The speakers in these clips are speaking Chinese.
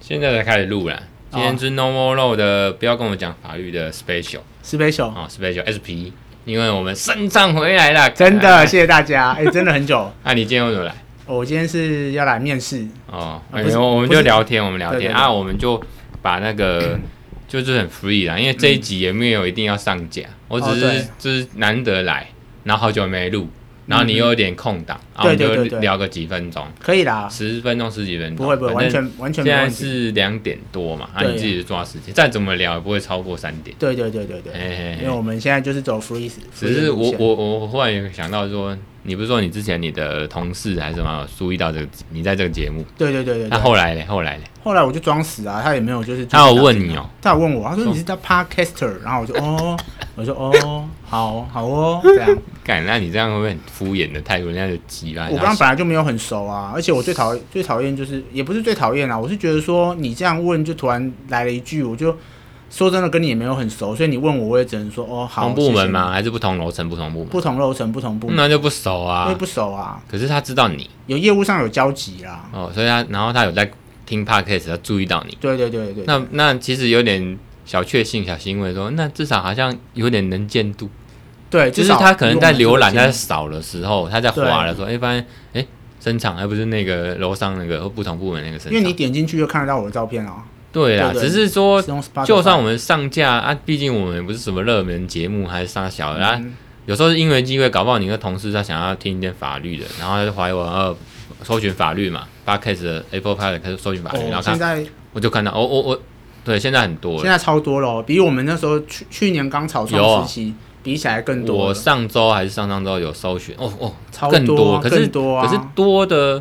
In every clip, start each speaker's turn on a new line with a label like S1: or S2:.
S1: 现在才开始录啦。
S2: 哦
S1: 今天是 Normal Row 的，不要跟我讲法律的 special
S2: 是杯熊，
S1: 啊、s p e c i a l SP，因为我们肾脏回来了，
S2: 真
S1: 看来
S2: 的。谢谢大家，哎、真的很久。哦
S1: 那、你今天为什么来？
S2: 我今天是要来面试，
S1: 哦，
S2: 啊
S1: 哎
S2: 不是
S1: 我们
S2: 不
S1: 就是聊天，我们聊
S2: 对
S1: 天
S2: 对对
S1: 啊，我们就把那 个就是很 free 啦，因为这一集也没有一定要上架，我只
S2: 哦
S1: 是
S2: 对
S1: 就是难得来，然后好久没录，然后你又有点空档，然后我
S2: 嗯对
S1: 们
S2: 对
S1: 就
S2: 对对
S1: 聊个几分钟，
S2: 可以啦，
S1: 十分钟十几分钟，
S2: 不会不会，
S1: 反
S2: 完
S1: 正
S2: 全完全
S1: 现
S2: 没问
S1: 在
S2: 题。
S1: 是两点多嘛，啊，
S2: 对
S1: 你自己抓时间，再怎么聊也不会超过三点。
S2: 对对对对对，
S1: 哎哎哎
S2: 因为我们现在就是走 free，
S1: 只是
S2: free 路
S1: 我
S2: 线
S1: 我我忽然有想到说，你不是说你之前你的同事还是什么有注意到这个你在这个节目，
S2: 对对对对
S1: 那
S2: 对。
S1: 后来嘞，后来嘞，
S2: 后来我就装死啊，他也没有就是
S1: 他有问你哦，
S2: 他有问我，他说你是叫 podcaster，然后我就哦，我说哦，好好哦，这样。
S1: 干，那你这样会不会很敷衍的态度？人家就急了。
S2: 我刚刚本来就没有很熟啊，而且我最讨厌最讨厌就是也不是最讨厌啊，我是觉得说你这样问就突然来了一句，我就说真的跟你也没有很熟，所以你问我我也只能说哦好。
S1: 同部门
S2: 嘛，
S1: 吗？还是不同楼层、不同部门？
S2: 不同楼层不同部门，
S1: 那就不熟
S2: 因为
S1: 啊。
S2: 不熟啊，
S1: 可是他知道你
S2: 有业务上有交集啦。
S1: 哦，所以他然后他有在听 podcast，他注意到你。
S2: 对对对对，
S1: 那那其实有点小确幸、小欣慰说那至少好像有点能见度。
S2: 对，
S1: 就
S2: 至
S1: 是
S2: 少
S1: 他可能在
S2: 比我
S1: 浏
S2: 们
S1: 览、
S2: 这个
S1: 在
S2: 经
S1: 扫的时候，他在滑的时候，哎，发现哎，生产而不是那个楼上那个或不同部门那个生
S2: 因为你
S1: 产。
S2: 点进去就看得到我的照片啊。
S1: 对啦，
S2: 对对
S1: 只是说
S2: 是，用 Spotify
S1: 就算我们上架啊，毕竟我们也不是什么热门节目，还是啥小
S2: 嗯
S1: 的啊。有时候是因为机会，搞不好你的同事他想要听一点法律的，然后他就怀疑我呃搜寻法律嘛，把 case 的 Apple p i 开始搜寻法律，然
S2: 哦
S1: 后，
S2: 现
S1: 他
S2: 在
S1: 我就看到，哦我我对，现在很多
S2: 现
S1: 了。
S2: 在超多了哦，比我们那时候去去年刚草
S1: 有啊
S2: 创时期比起来更多
S1: 我
S2: 了，
S1: 上周还是上上周有搜寻，哦哦，
S2: 超
S1: 更
S2: 多啊，
S1: 可是
S2: 更多啊，
S1: 可是多的，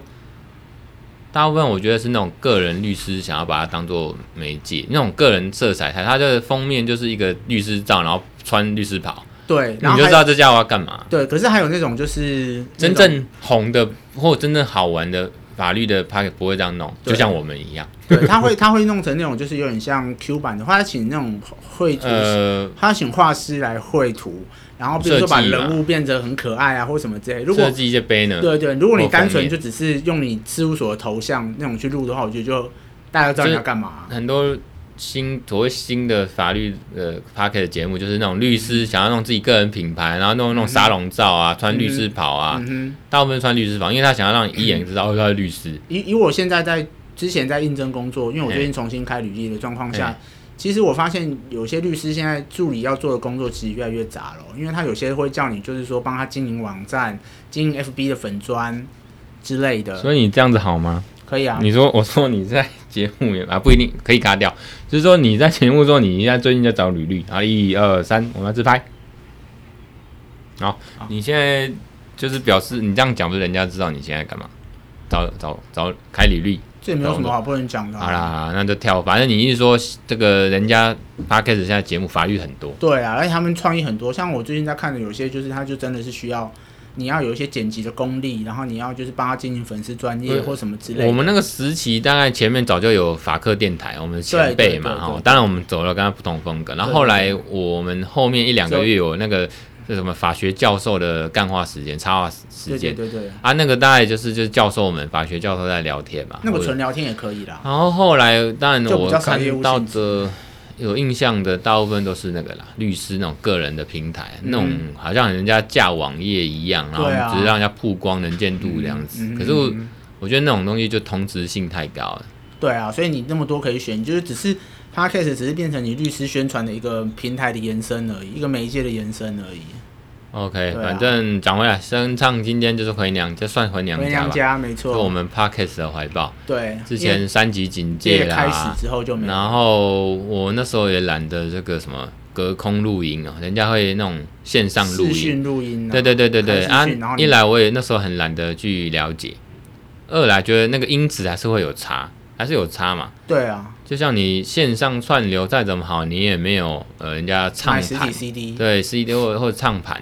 S1: 大部分我觉得是那种个人律师想要把它当做媒介，那种个人色彩，它它的封面就是一个律师照，然后穿律师袍，
S2: 对，
S1: 你
S2: 然后
S1: 就
S2: 还
S1: 知道这家伙要干嘛。
S2: 对，可是还有那种就是那
S1: 真
S2: 种
S1: 正红的或真正好玩的法律的 p a 不会这样弄，
S2: 对
S1: 就像我们一样。
S2: 对，他会他会弄成那种就是有点像 Q 版的，或他请那种绘图，
S1: 呃，
S2: 他请画师来绘图，然后比如说把
S1: 设计嘛
S2: 人物变得很可爱啊，或什么之类。如
S1: 设
S2: 果
S1: 计一些 banner，
S2: 对对，如果你
S1: 或封
S2: 单纯
S1: 面
S2: 就只是用你事务所的头像那种去录的话，我觉得就大家都知道你要干嘛、
S1: 很多新所谓新的法律呃 p a r k e 的节目，就是那种律师想要弄自己个人品牌，然后弄那种沙龙照啊，穿律师袍啊，
S2: 嗯
S1: 大部分穿律师袍，因为他想要让你一眼知道哦他是律师
S2: 哼，。以以我现在在之前在应征工作，因为我最
S1: 哎
S2: 近重新开履历的状况
S1: 哎
S2: 下。其实我发现有些律师现在助理要做的工作其实越来越杂了哦，因为他有些会叫你就是说帮他经营网站、经营 FB 的粉砖之类的。
S1: 所以你这样子好吗？
S2: 可以啊，
S1: 你说，我说你在节目里啊，不一定可以卡掉，就是说你在节目说你现在最近在找履历啊，一二三，我们要自拍。好，你现在就是表示你这样讲，不是人家知道你现在干嘛？找找找开履历，
S2: 这也没有什么好不能讲的、
S1: 好
S2: 啊。
S1: 啦，那就跳。反正你一说这个人家 p 开始现在节目法律很多，
S2: 对啊，而且他们创意很多，像我最近在看的，有些就是他就真的是需要你要有一些剪辑的功力，然后你要就是帮他经营粉丝专业
S1: 嗯
S2: 或什么之类
S1: 我
S2: 的。
S1: 们那个时期大概前面早就有法克电台，我们前辈嘛
S2: 对对对
S1: 哈
S2: 对。
S1: 当然我们走了跟他不同风格，然后后来我们后面一两个月有那个是什么法学教授的干话时间、插话时
S2: 对对
S1: 间
S2: 对对，
S1: 啊，那个大概就是就是教授们法学教授在聊天嘛。
S2: 那个
S1: 或者
S2: 纯聊天也可以啦。
S1: 然后后来当然
S2: 就比
S1: 我
S2: 较少业
S1: 看
S2: 务
S1: 到
S2: 性
S1: 的有印象的大部分都是那个啦，律师那种个人的平台，那种好像人家架网页一样，然后
S2: 嗯对啊
S1: 只是让人家曝光能见度这样子。
S2: 嗯
S1: 可是我我觉得那种东西就同质性太高了。
S2: 对啊，所以你那么多可以选，就是只是 podcast 只是变成你律师宣传的一个平台的延伸而已，一个媒介的延伸而已。
S1: OK，、
S2: 对啊
S1: 反正讲回来，声唱今天就是回娘，就算回娘
S2: 回
S1: 家
S2: 娘
S1: 吧，
S2: 家没
S1: 就我
S2: 错，
S1: 们 Parkes 的怀抱。
S2: 对，
S1: 之
S2: 因为
S1: 前三级警戒
S2: 这个开始
S1: 啦，
S2: 之后就没有。
S1: 然后我那时候也懒得这个什么隔空录音啊，人家会那种线上录
S2: 视
S1: 音。
S2: 讯录音啊，
S1: 对对对对对
S2: 看
S1: 啊
S2: 视讯然后！你
S1: 一来我也那时候很懒得去了解，二来觉得那个音质还是会有差，还是有差嘛。
S2: 对啊，
S1: 就像你线上串流再怎么好，你也没有呃人家唱
S2: 买实
S1: 盘
S2: 体，CD，
S1: 对 CD 或或者唱盘，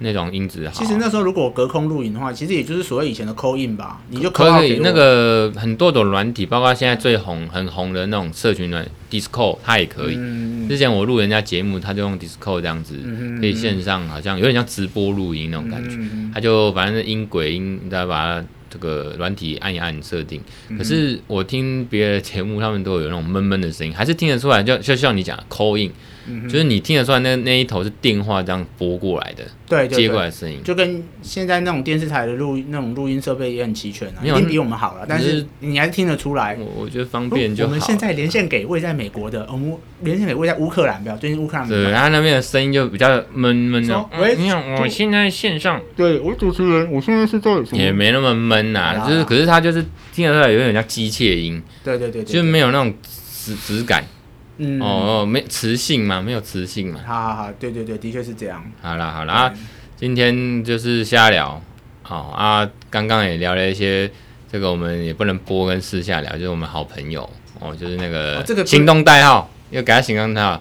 S1: 那种音质好。
S2: 其实那时候如果隔空录影的话，其实也就是所谓以前的扣印吧，你就
S1: 可以，
S2: 以
S1: 那个很多种软体，包括现在最红、很红的那种社群软 Discord，它也可以。
S2: 嗯，
S1: 之前我录人家节目，他就用 Discord 这样子，
S2: 嗯
S1: 可以线上，好像有点像直播录音那种感觉。
S2: 觉。
S1: 他就反正音轨音，你再把它这个软体按一按设定。
S2: 嗯
S1: 可是我听别的节目，他们都有那种闷闷的声音，还是听得出来。就就像你讲扣印，
S2: 嗯
S1: 就是你听得出来那那一头是电话这样拨过来的，
S2: 对对
S1: 接过来
S2: 对，
S1: 的声音。
S2: 就跟现在那种电视台的录那种录音设备也很齐全啊，
S1: 没
S2: 一
S1: 有
S2: 定比我们好了，但
S1: 只
S2: 是
S1: 是
S2: 你还是听得出来。
S1: 我我觉得方
S2: 不
S1: 便就
S2: 哦
S1: 好。
S2: 我们现在连线给位在美国的，我们连线给位在乌克兰，不要最近乌克兰
S1: 对，
S2: 没
S1: 他那边的声音就比较闷闷的
S2: 啊说。喂
S1: 嗯你看，我现在线上
S2: 对，我主持人，我现在是在什
S1: 也没那么闷呐、
S2: 啊
S1: 就是可是他就是听得出来有点像机械音，
S2: 对对对对，
S1: 啊就是没有那种质质感
S2: 嗯，
S1: 哦哦，没磁性嘛，没有磁性嘛。
S2: 好好好，对对对，的确是这样。
S1: 好啦好啦，啊今天就是瞎聊，好、啊，刚刚也聊了一些这个我们也不能播跟私下聊，就是我们好朋友哦，就是那个、
S2: 哦这个不
S1: 行动代号，又给他行动代号，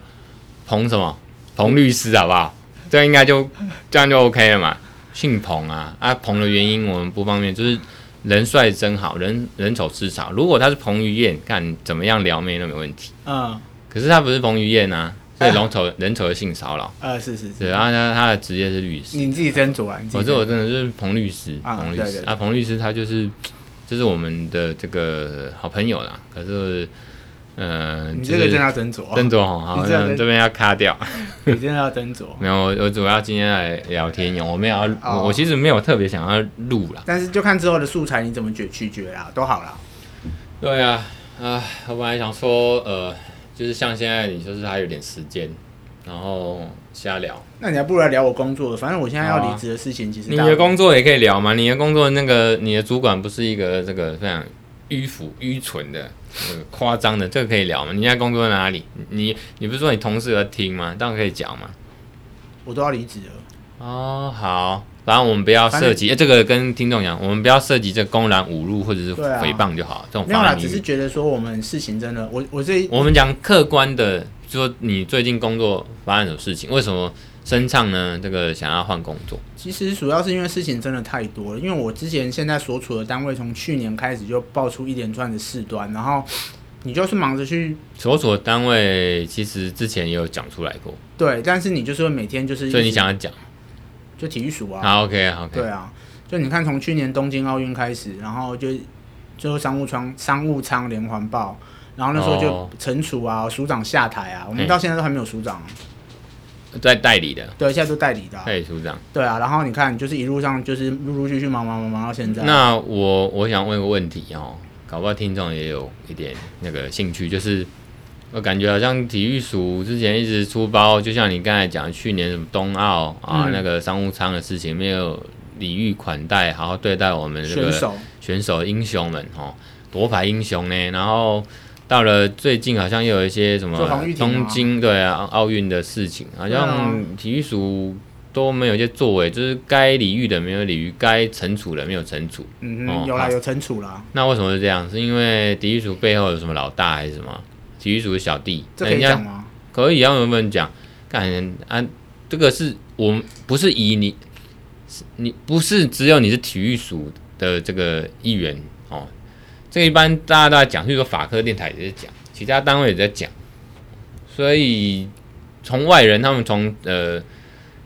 S1: 彭什么彭律师好不好？这样应该就这样就 OK 了嘛，姓彭啊啊彭的原因我们不方便，就是人帅真好人人丑事少，如果他是彭于晏，看怎么样撩妹都没问题，
S2: 嗯
S1: 可是他不是彭于晏啊，所以人丑、人丑的性骚扰，
S2: 呃，是是
S1: 对，
S2: 是，
S1: 然后他他的职业是律师。
S2: 你自己斟酌啊，你
S1: 我哦
S2: 自己斟
S1: 这
S2: 酌。
S1: 我真的是彭律师，
S2: 啊
S1: 彭律
S2: 对
S1: 师
S2: 对对
S1: 啊，彭律师他就是就是我们的这个好朋友啦。可是，呃，
S2: 你
S1: 就
S2: 这个
S1: 是
S2: 真的要斟 酌，
S1: 郑总好，好
S2: 你这样
S1: 像
S2: 真
S1: 这边要卡掉。
S2: 你真的要斟酌。
S1: 没有，我我主要今天来聊天用，我没有要，
S2: 哦
S1: 我我其实没有特别想要录啦。
S2: 但是就看之后的素材你怎么解取决啦，都好啦。
S1: 对啊，啊，我本来想说，呃，就是像现在你就是还有点时间，然后瞎聊。
S2: 那你还不如来聊我工作的，反正我现在要
S1: 好啊
S2: 离职的事情，其实
S1: 你
S2: 大家
S1: 的工作也可以聊嘛？你的工作那个你的主管不是一个这个非常迂腐、愚蠢的、呃、夸张的，这个可以聊嘛？你现在工作在哪里？你你不是说你同事有在听吗？当然可以讲嘛。
S2: 我都要离职了。
S1: 哦，好，然后我们不要涉及、呃这个跟听众讲，我们不要涉及这公然侮辱或者是
S2: 对啊
S1: 诽谤就好，这种
S2: 没有
S1: 方
S2: 啦，
S1: 案
S2: 只
S1: 名
S2: 是
S1: 誉。
S2: 觉得说我们事情真的，我我这
S1: 我们讲客观的，说你最近工作发生什么事情？为什么升唱呢？这个想要换工作？
S2: 其实主要是因为事情真的太多了，因为我之前现在所处的单位从去年开始就爆出一连串的事端，然后你就是忙着去
S1: 所属的单位其实之前也有讲出来过，
S2: 对，但是你就是会每天就是一
S1: 所以你
S2: 直
S1: 想要讲。
S2: 就体育署啊，
S1: 好，OK，好，OK，
S2: 对啊，就你看从去年东京奥运开始，然后就最后商务舱商务舱连环爆，然后那时候就
S1: 哦
S2: 惩处啊，署长下台啊，我们
S1: 嘿
S2: 到现在都还没有署长，啊
S1: 在代理的
S2: 对，现在都代理的啊、
S1: 代理处长。
S2: 对啊，然后你看就是一路上就是陆陆续续忙忙忙忙到现在，
S1: 那我我想问个问题哦，搞不好听众也有一点那个兴趣，就是我感觉好像体育署之前一直出包，就像你刚才讲，去年什么冬奥啊、
S2: 嗯
S1: 那个商务舱的事情，没有礼遇款待，好好对待我们这
S2: 选
S1: 个
S2: 手
S1: 选手英雄们哦，夺牌英雄呢，然后。到了最近，好像又有一些什么
S2: 做防御艇啊
S1: 东京对啊奥运的事情，好像
S2: 对啊
S1: 体育署都没有一些作为，就是该礼遇的没有礼遇，该惩处的没有惩处。
S2: 嗯
S1: 哦
S2: 哼，有啦
S1: 好
S2: 有惩处啦，
S1: 那为什么是这样？是因为体育署背后有什么老大还是什么？体育署的小弟，
S2: 这可以
S1: 哎人家
S2: 讲吗？
S1: 可以啊，我们讲，干啊，这个是我们不是以你，是你不是只有你是体育署的这个议员哦，这个一般大家都在讲，比如说法科电台也在讲，其他单位也在讲，所以从外人他们从呃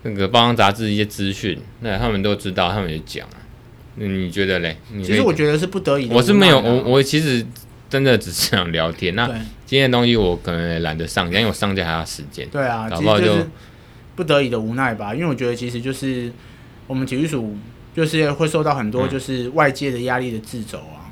S1: 那个报章杂志一些资讯，那他们都知道，他们也讲啊，那你觉得嘞？你
S2: 其实
S1: 可以
S2: 我觉得是不得已的无奈啦，啊
S1: 我是没有，我我其实真的只是想聊天，那
S2: 对
S1: 今天的东西我可能也懒得上架，因为我上架还要时间。
S2: 对啊，
S1: 搞
S2: 其
S1: 不好
S2: 实就
S1: 就是
S2: 不得已的无奈吧。因为我觉得其实就是我们体育署就是会受到很
S1: 嗯
S2: 多就是外界的压力的制肘啊。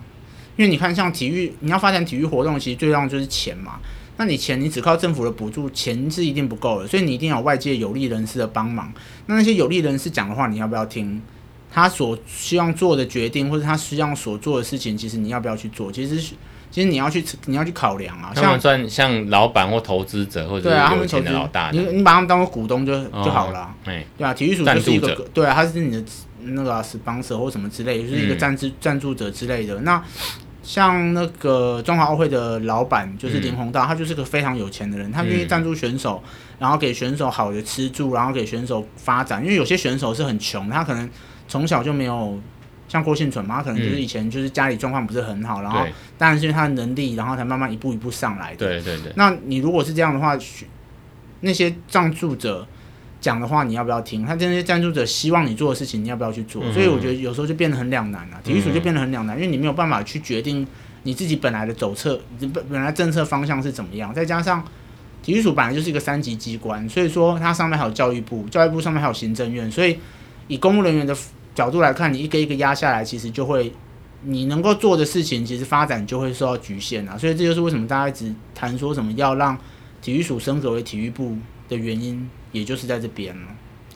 S2: 因为你看，像体育，你要发展体育活动，其实最重要就是钱嘛。那你钱，你只靠政府的补助，钱是一定不够的，所以你一定要有外界有利人士的帮忙。那那些有利人士讲的话，你要不要听？他所希望做的决定，或者他希望所做的事情，其实你要不要去做？其实是，其实你要去，你要去考量啊。
S1: 他
S2: 像
S1: 们算像老板或投资者，或者
S2: 对啊，他
S1: 是
S2: 们
S1: 有
S2: 投
S1: 钱
S2: 资
S1: 的老大
S2: 你
S1: 的，
S2: 你把他们当做股东就、就好了啊，
S1: 哎，
S2: 对啊，体育署就是一个
S1: 赞助
S2: 对啊，他是你的那个啊 sponsor 或什么之类，就是一个
S1: 嗯
S2: 赞助赞助者之类的。那像那个中华奥会的老板
S1: 嗯
S2: 就是林宏道，他就是个非常有钱的人，他愿意赞助选手，然后给选手好的吃住，然后给选手发展。因为有些选手是很穷的，他可能从小就没有像郭幸存嘛，他可能就是
S1: 嗯
S2: 以前就是家里状况不是很好，然后
S1: 对
S2: 当然是因为他的能力，然后才慢慢一步一步上来的。
S1: 对对对，
S2: 那你如果是这样的话，许那些赞助者讲的话，你要不要听？他这些赞助者希望你做的事情，你要不要去做？
S1: 嗯
S2: 所以我觉得有时候就变得很两难了、啊体育署
S1: 嗯
S2: 就变得很两难，因为你没有办法去决定你自己本来的走策，你本本来政策方向是怎么样，再加上。体育署本来就是一个三级机关，所以说它上面还有教育部，教育部上面还有行政院，所以以公务人员的角度来看，你一个一个压下来，其实就会你能够做的事情，其实发展就会受到局限啊。所以这就是为什么大家一直谈说什么要让体育署升格为体育部的原因，也就是在这边了。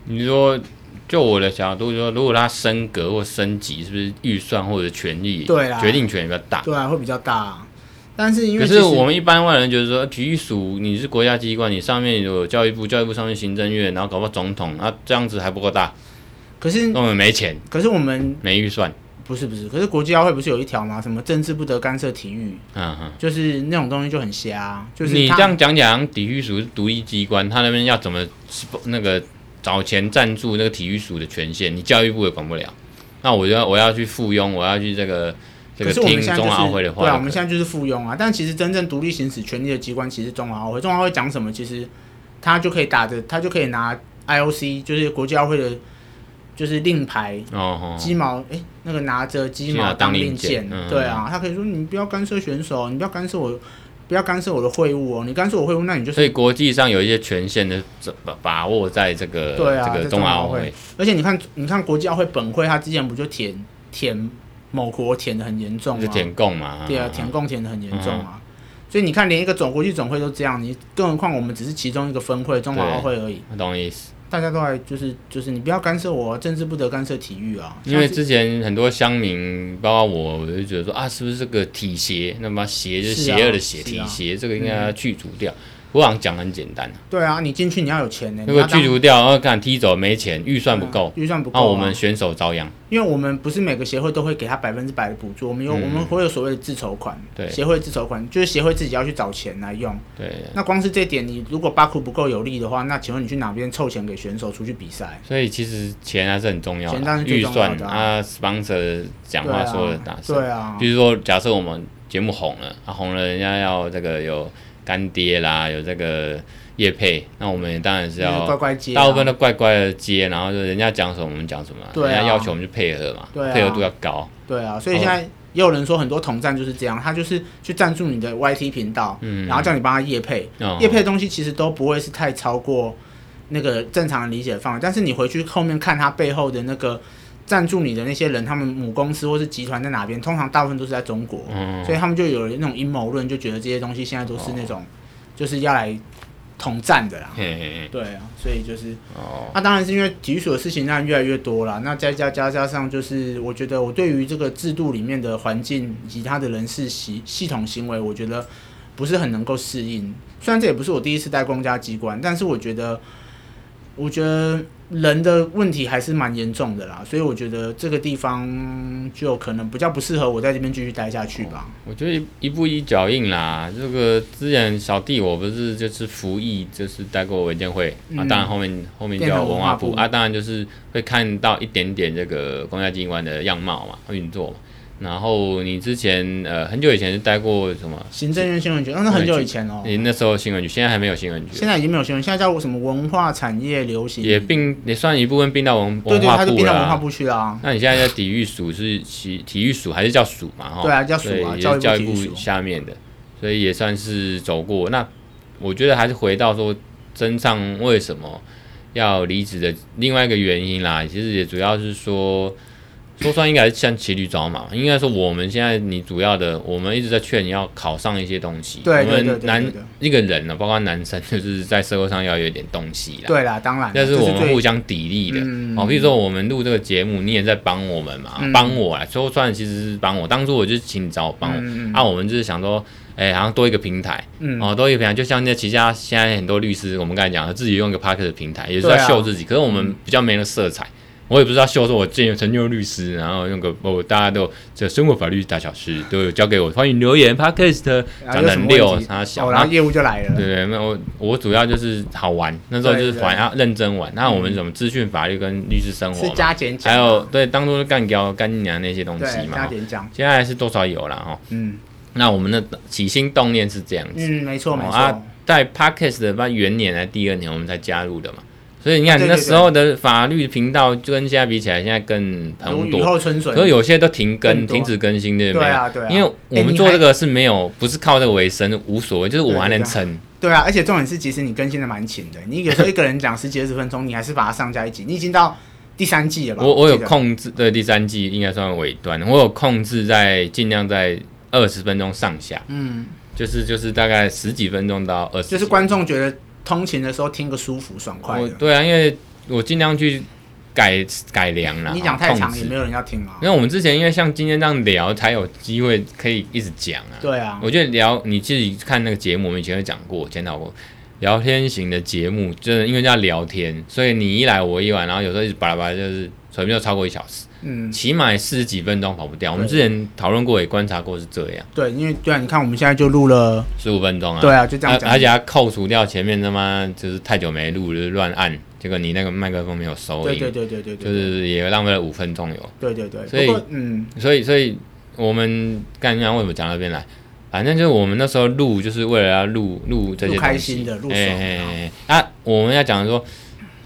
S1: 你说就我的角度说，如果他升格或升级，是不是预算或者权利
S2: 对啦
S1: 决定权比较大？
S2: 对啊，会比较大、但是因为
S1: 可
S2: 其
S1: 是
S2: 实
S1: 我们一般外人就是说，体育署你是国家机关，你上面有教育部，教育部上面行政院，然后搞不好总统，啊，这样子还不够大，
S2: 可是
S1: 那我们没钱，
S2: 可是我们
S1: 没预算，
S2: 不是不是，可是国际奥会不是有一条吗？什么政治不得干涉体育，
S1: 嗯哼。
S2: 就是那种东西就很瞎啊，就是
S1: 你
S2: 它
S1: 这样讲讲，体育署是独立机关，他那边要怎么那个找钱赞助那个体育署的权限，你教育部也管不了。那我就要我要去附庸，我要去这个这
S2: 可
S1: 个
S2: 是我
S1: 听
S2: 们现在就
S1: 中华奥会
S2: 是
S1: 的
S2: 对
S1: 话
S2: 啊，
S1: 就
S2: 我
S1: 可
S2: 们
S1: 以，
S2: 现在就是附庸啊。但其实真正独立行使权力的机关其实是中华奥会，中华奥会讲什么，其实他就可以打着，他就可以拿 IOC 就是国际奥会的，就是令牌。
S1: 哦哦，
S2: 鸡毛哎、那个拿着鸡
S1: 鸡毛
S2: 毛
S1: 当
S2: 当
S1: 令
S2: 令
S1: 箭
S2: 箭，
S1: 嗯
S2: 对啊，他可以说你不要干涉选手，你不要干涉我，不要干涉我的会务哦，你干涉我会务，那你就是
S1: 所以国际上有一些权限的把把握在这个
S2: 对啊
S1: 这个
S2: 在
S1: 中
S2: 中华
S1: 华奥
S2: 奥会
S1: 会，
S2: 而且你看，你看国际奥会本会，他之前不就舔舔某国舔的很严重
S1: 就嗯
S2: 吗？
S1: 舔共嘛，
S2: 对啊，舔共舔的很严重啊。所以你看，连一个总国际总会都这样，你更何况我们只是其中一个分会中华奥会而已，
S1: 我懂意思。
S2: 大家都还就是就是你不要干涉我，政治不得干涉体育啊。
S1: 因为
S2: 像是
S1: 之前很多乡民，包括我，我就觉得说啊，是不是这个体协？那么协就是
S2: 是
S1: 邪
S2: 啊
S1: 恶的邪，
S2: 是
S1: 体
S2: 啊
S1: 协这个应该要去除掉。我好像讲得很简单，
S2: 对啊，你进去你要有钱呢、
S1: 如
S2: 你
S1: 果
S2: 要当
S1: 去除掉，然后看踢走没钱，预算不够，
S2: 预算不够、
S1: 那
S2: 啊。
S1: 我们选手遭殃。
S2: 因为我们不是每个协会都会给他百分之百的补助，我们有、
S1: 嗯
S2: 我们会有所谓的自筹款，
S1: 对
S2: 协会自筹款就是协会自己要去找钱来用。
S1: 对，
S2: 那光是这点，你如果巴库不够有力的话，那请问你去哪边凑钱给选手出去比赛？
S1: 所以其实钱还是很重要
S2: 钱
S1: 的，
S2: 当然是最
S1: 预
S2: 重要
S1: 算
S2: 的啊
S1: 啊，sponsor 讲话说的大声。
S2: 对啊，
S1: 比如说，假设我们节目红了，啊红了，人家要这个有干爹啦，有这个叶配，那我们也当然是
S2: 对啊
S1: 要
S2: 乖乖接啊、
S1: 大部分都乖乖的接，然后就人家讲什么我们讲什么啊，
S2: 对啊
S1: 人家要求我们就配合嘛，
S2: 对啊
S1: 配合度要高。
S2: 对啊，所
S1: 哦
S2: 以现在也有人说很多统战就是这样，他就是去赞助你的 YT 频道，
S1: 嗯
S2: 然后叫你帮他业配，
S1: 嗯
S2: 业配的东西其实都不会是太超过那个正常的理解范围，但是你回去后面看他背后的那个赞助你的那些人，他们母公司或是集团在哪边，通常大部分都是在中国，
S1: 嗯，
S2: 所以他们就有那种阴谋论，就觉得这些东西现在都是那种、就是要来统战的啦。
S1: 嗯嘿嘿嘿，
S2: 对啊，所以就是
S1: 哦，
S2: 那、啊当然是因为体育署的事情当然越来越多了，那再加加加上就是，我觉得我对于这个制度里面的环境以及他的人事系系统行为，我觉得不是很能够适应。虽然这也不是我第一次带公家机关，但是我觉得，我觉得人的问题还是蛮严重的啦，所以我觉得这个地方就可能比较不适合我在这边继续待下去吧。
S1: 我觉得一一步一脚印啦。这个之前小弟我不是就是服役，就是待过文建会、啊，
S2: 嗯
S1: 当然后面后面
S2: 变成
S1: 叫文化
S2: 文
S1: 部
S2: 化部
S1: 啊，当然就是会看到一点点这个公家机关的样貌嘛，运作嘛。然后你之前呃很久以前是待过什么？
S2: 行政院新闻局，那、那很久以前哦、
S1: 你那时候新闻局，现在还没有新闻局，啊
S2: 现在已经没有新闻，现在叫什么文化产业流行，
S1: 也并也算一部分并到文
S2: 对
S1: 文
S2: 对，
S1: 化
S2: 它就
S1: 部
S2: 变
S1: 啦
S2: 到文化部去了、啊。
S1: 那你现在在体育署是体体育署还是叫署嘛？哈，
S2: 对啊叫署啊
S1: 对也是
S2: 教育部
S1: 教育
S2: 体育署
S1: 部下面的，所以也算是走过。那我觉得还是回到说，真上为什么要离职的另外一个原因啦，其实也主要是说。说穿应该是像骑驴找马，应该说我们现在你主要的，我们一直在劝你要考上一些东西。
S2: 对对
S1: 我
S2: 对
S1: 们
S2: 对
S1: 男
S2: 对对
S1: 一个人呢、包括男生，就是在社会上要有一点东西啦。
S2: 对啦，当然啦，
S1: 那是
S2: 这
S1: 我们
S2: 最
S1: 互相砥砺的。
S2: 嗯
S1: 哦，譬如说我们录这个节目，你也在帮我们嘛，
S2: 嗯
S1: 帮、我啊，说算其实是帮我。当初我就请你找我帮我，
S2: 嗯
S1: 啊，我们就是想说，哎、好像多一个平台，
S2: 嗯
S1: 哦，多一个平台，就像那旗下现在很多律师，我们刚才讲的，自己用一个 p a r k e 的平台，也是
S2: 对
S1: 在
S2: 啊
S1: 秀自己，可是我们比较没有色彩。我也不知道秀说我之前曾任律师，然后用个我、大家都这生活法律大小事都有交给我，欢迎留言 podcast
S2: 然
S1: 展
S2: 后啊有什
S1: 览
S2: 么
S1: 六
S2: 问题
S1: 他，小，
S2: 哦，
S1: 然
S2: 然
S1: 后
S2: 后业务就来了。
S1: 对对，那我我主要就是好玩，那时候就是玩要认真玩。那我们什么资讯、法律跟律师生活
S2: 嗯是
S1: 嘛，
S2: 加减奖
S1: 还
S2: 啊，
S1: 有对当初干掉干娘那些东西
S2: 对加
S1: 嘛，
S2: 减奖，
S1: 现在是多少有了哈。
S2: 嗯
S1: 那我们的起心动念是这样子，
S2: 嗯，没错没
S1: 哦
S2: 错
S1: 啊，在 Podcast 的吧元年还第二年我们才加入的嘛，所以你看
S2: 哦对对
S1: 那时候的法律频道就跟现在比起来，现在更
S2: 如
S1: 蓬
S2: 雨
S1: 勃。
S2: 后春笋
S1: 可。是有些都停更、
S2: 更多
S1: 停止更新，对不
S2: 对啊对啊
S1: 因为我
S2: 哎
S1: 们
S2: 你
S1: 做
S2: 还
S1: 这个是没有，不是靠这个为生，无所谓，就是我
S2: 对
S1: 还
S2: 对
S1: 能
S2: 对
S1: 撑。
S2: 对啊，而且重点是，其实你更新的蛮勤的，你有时候一个人讲十几二十分钟，你还是把它上架一集，你已经到第三季了吧？
S1: 我我有
S2: 记得，
S1: 控制，对第三季应该算尾端，我有控制在尽量在二十分钟上下，
S2: 嗯，
S1: 就是就是大概十几分钟到二十，
S2: 就是观众觉得通勤的时候听个舒服爽快
S1: 我
S2: 的。
S1: 对啊，因为我尽量去改改良啦，
S2: 你讲太
S1: 啊控
S2: 长
S1: 制
S2: 也没有人要听啊
S1: 因。为我们之前因为像今天这样聊，才有机会可以一直讲啊。
S2: 对啊，
S1: 我觉得聊你自己看那个节目，我们以前有讲过、检讨过，聊天型的节目，真的因为叫聊天，所以你一来我一往，然后有时候一直巴拉巴拉，就是随便就超过一小时，
S2: 嗯，
S1: 起码也四十几分钟跑不掉。我们
S2: 对
S1: 之前讨论过，也观察过是这样，
S2: 对，因为对啊，你看我们现在就录了，
S1: 十五分钟啊。
S2: 对啊，就这样
S1: 而
S2: 讲，
S1: 而且要扣除掉前面他妈就是太久没录，就是乱按，结果你那个麦克风没有收
S2: 对
S1: 音，
S2: 对对对对对，
S1: 就是也浪费了五分钟有。
S2: 对对对。
S1: 所以
S2: 不过嗯，
S1: 所以，所以我们干刚为什么讲到这边来？反正就是我们那时候录，就是为了要录录这些
S2: 录开
S1: 东西
S2: 心的录
S1: 哎
S2: 爽的
S1: 哎哎哎啊，我们要讲说，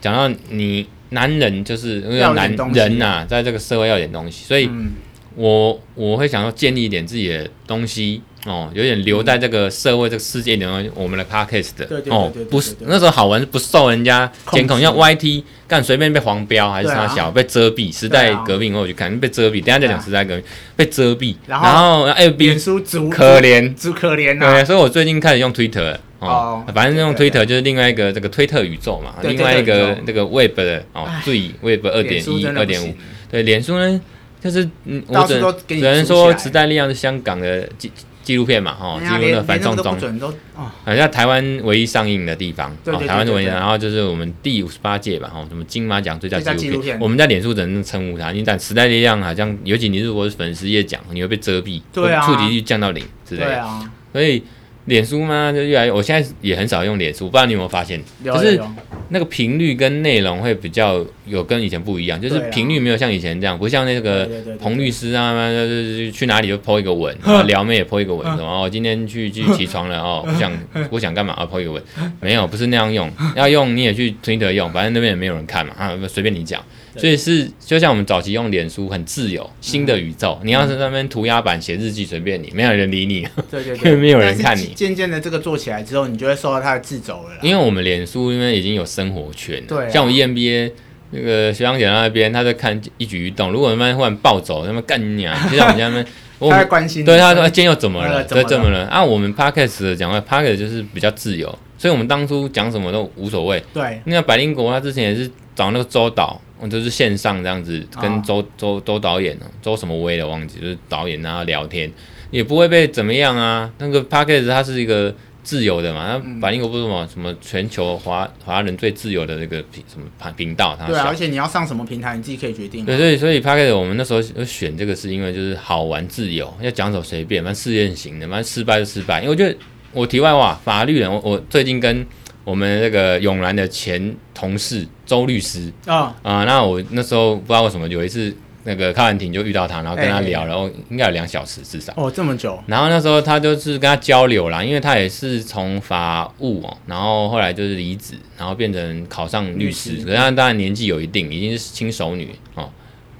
S1: 讲到你男人就是因为
S2: 要有
S1: 男
S2: 点东西啊
S1: 人呐、在这个社会要有点东西，所以
S2: 嗯，
S1: 我我会想要建立一点自己的东西哦，有点留在这个社会这个世界里面。我们的 podcast 的
S2: 对对对
S1: 哦
S2: 对对，
S1: 不是
S2: 对对
S1: 那时候好玩，不受人家监控，
S2: 控制
S1: 像 YT 干随便被黄标还是
S2: 对
S1: 啥
S2: 啊
S1: 小、被遮蔽，时代革命我有去看被遮蔽，等一下再
S2: 对
S1: 讲
S2: 啊
S1: 时代革命被遮蔽，
S2: 然
S1: 然
S2: 后
S1: 后 FB
S2: 脸书足
S1: 可怜。
S2: 足可怜啊呐
S1: 对，，所以我最近开始用 Twitter 了哦，
S2: 哦
S1: 反正用
S2: 对对
S1: Twitter 就是另外一个这个推特宇宙嘛，
S2: 对
S1: 另外一
S2: 推特宇
S1: 个
S2: 宙
S1: 这个 Web 的哦，最 Web 二点
S2: 脸书
S1: 一、
S2: 真
S1: 二
S2: 的不
S1: 点五
S2: 行，
S1: 对，脸书呢，就是嗯，我
S2: 到
S1: 只
S2: 处
S1: 能
S2: 都
S1: 只
S2: 给你
S1: 能
S2: 组起
S1: 说
S2: 来
S1: 《时代力量》是香港的纪纪录片嘛，哦，记
S2: 人家
S1: 录
S2: 哎连
S1: 的反
S2: 连那
S1: 送
S2: 个都
S1: 中
S2: 不，准都哦，
S1: 好像台湾唯一上映的地方，
S2: 对
S1: 哦
S2: 对，对
S1: 台湾是唯一，
S2: 对对
S1: 然后就是我们第五十八届吧，哦，什么金马奖最佳
S2: 最佳
S1: 纪
S2: 纪
S1: 录
S2: 录片
S1: 我们在脸书只能称呼它，你但《时代力量》好像，尤其你如果是粉丝页讲，你会被遮蔽，
S2: 对啊
S1: 或触及率降到零之类
S2: 对
S1: 的，
S2: 啊，
S1: 所以。脸书嘛，就越来越，我现在也很少用脸书，不知道你有没有发现，
S2: 有啊
S1: 就是
S2: 有有
S1: 那个频率跟内容会比较有跟以前不一样，就是
S2: 对啊
S1: 频率没有像以前这样，不像那个
S2: 对对对对
S1: 呃彭律师啊，就是去哪里就 po 一个文，
S2: 哼
S1: 然后撩妹也 po 一个文，
S2: 啊
S1: 什么哦，今天去去起床了哦，我想我想干嘛啊 po 一个文，没有，不是那样用， 要用你也去 Twitter 用，反正那边也没有人看嘛，啊，随便你讲。
S2: 对嗯
S1: 所以是就像我们早期用脸书很自由，新的宇宙，你要是在那边涂鸦板写日记随便你，没有人理你，啊
S2: 对对
S1: 因为
S2: 对，
S1: 没有人看
S2: 但是
S1: 你，
S2: 渐渐的，这个做起来之后，你就会受到他的制肘了啦。
S1: 因为我们脸书因为已经有生活圈了，
S2: 对啊
S1: 像我 E EMBA 那个学长姐那边，他在看一举一动，如果他们忽然暴走，他们干你啊，就像我们家那边， 我
S2: 他会
S1: 们
S2: 关心你。
S1: 对他说、哎今天又怎么了，
S2: 呃
S1: 这怎
S2: 怎
S1: 么
S2: 么
S1: 了？啊，我们 podcast 的讲话，podcast 就是比较自由，所以我们当初讲什么都无所谓。
S2: 对
S1: 那个百灵国他之前也是找那个周导，哦就是线上这样子跟
S2: 哦
S1: 周、周周导演哦，周什么威的忘记，就是导演然后聊天，也不会被怎么样啊。那个 p a c k a g e 它是一个自由的嘛，那百灵国不是什么什么全球华华人最自由的那个频什么频频道，它
S2: 对啊，
S1: 小
S2: 而且你要上什么平台，你自己可以决定啊。
S1: 对，所以所以 p a c k a g e 我们那时候选这个是因为就是好玩自由，要讲什么随便，反正试验型的，反正失败就失败。因为我觉得我题外话，法律人，我我最近跟我们那个永兰的前同事周律师
S2: 哦，
S1: 啊、那我那时候不知道为什么有一次那个看完庭就遇到他，然后跟他聊，然后应该有两小时至少。
S2: 哦，这么久，
S1: 然后那时候他就是跟他交流啦，因为他也是从法务哦，然后后来就是离职，然后变成考上律师。
S2: 律师
S1: 可是他当然年纪有一定，已经是轻熟女哦。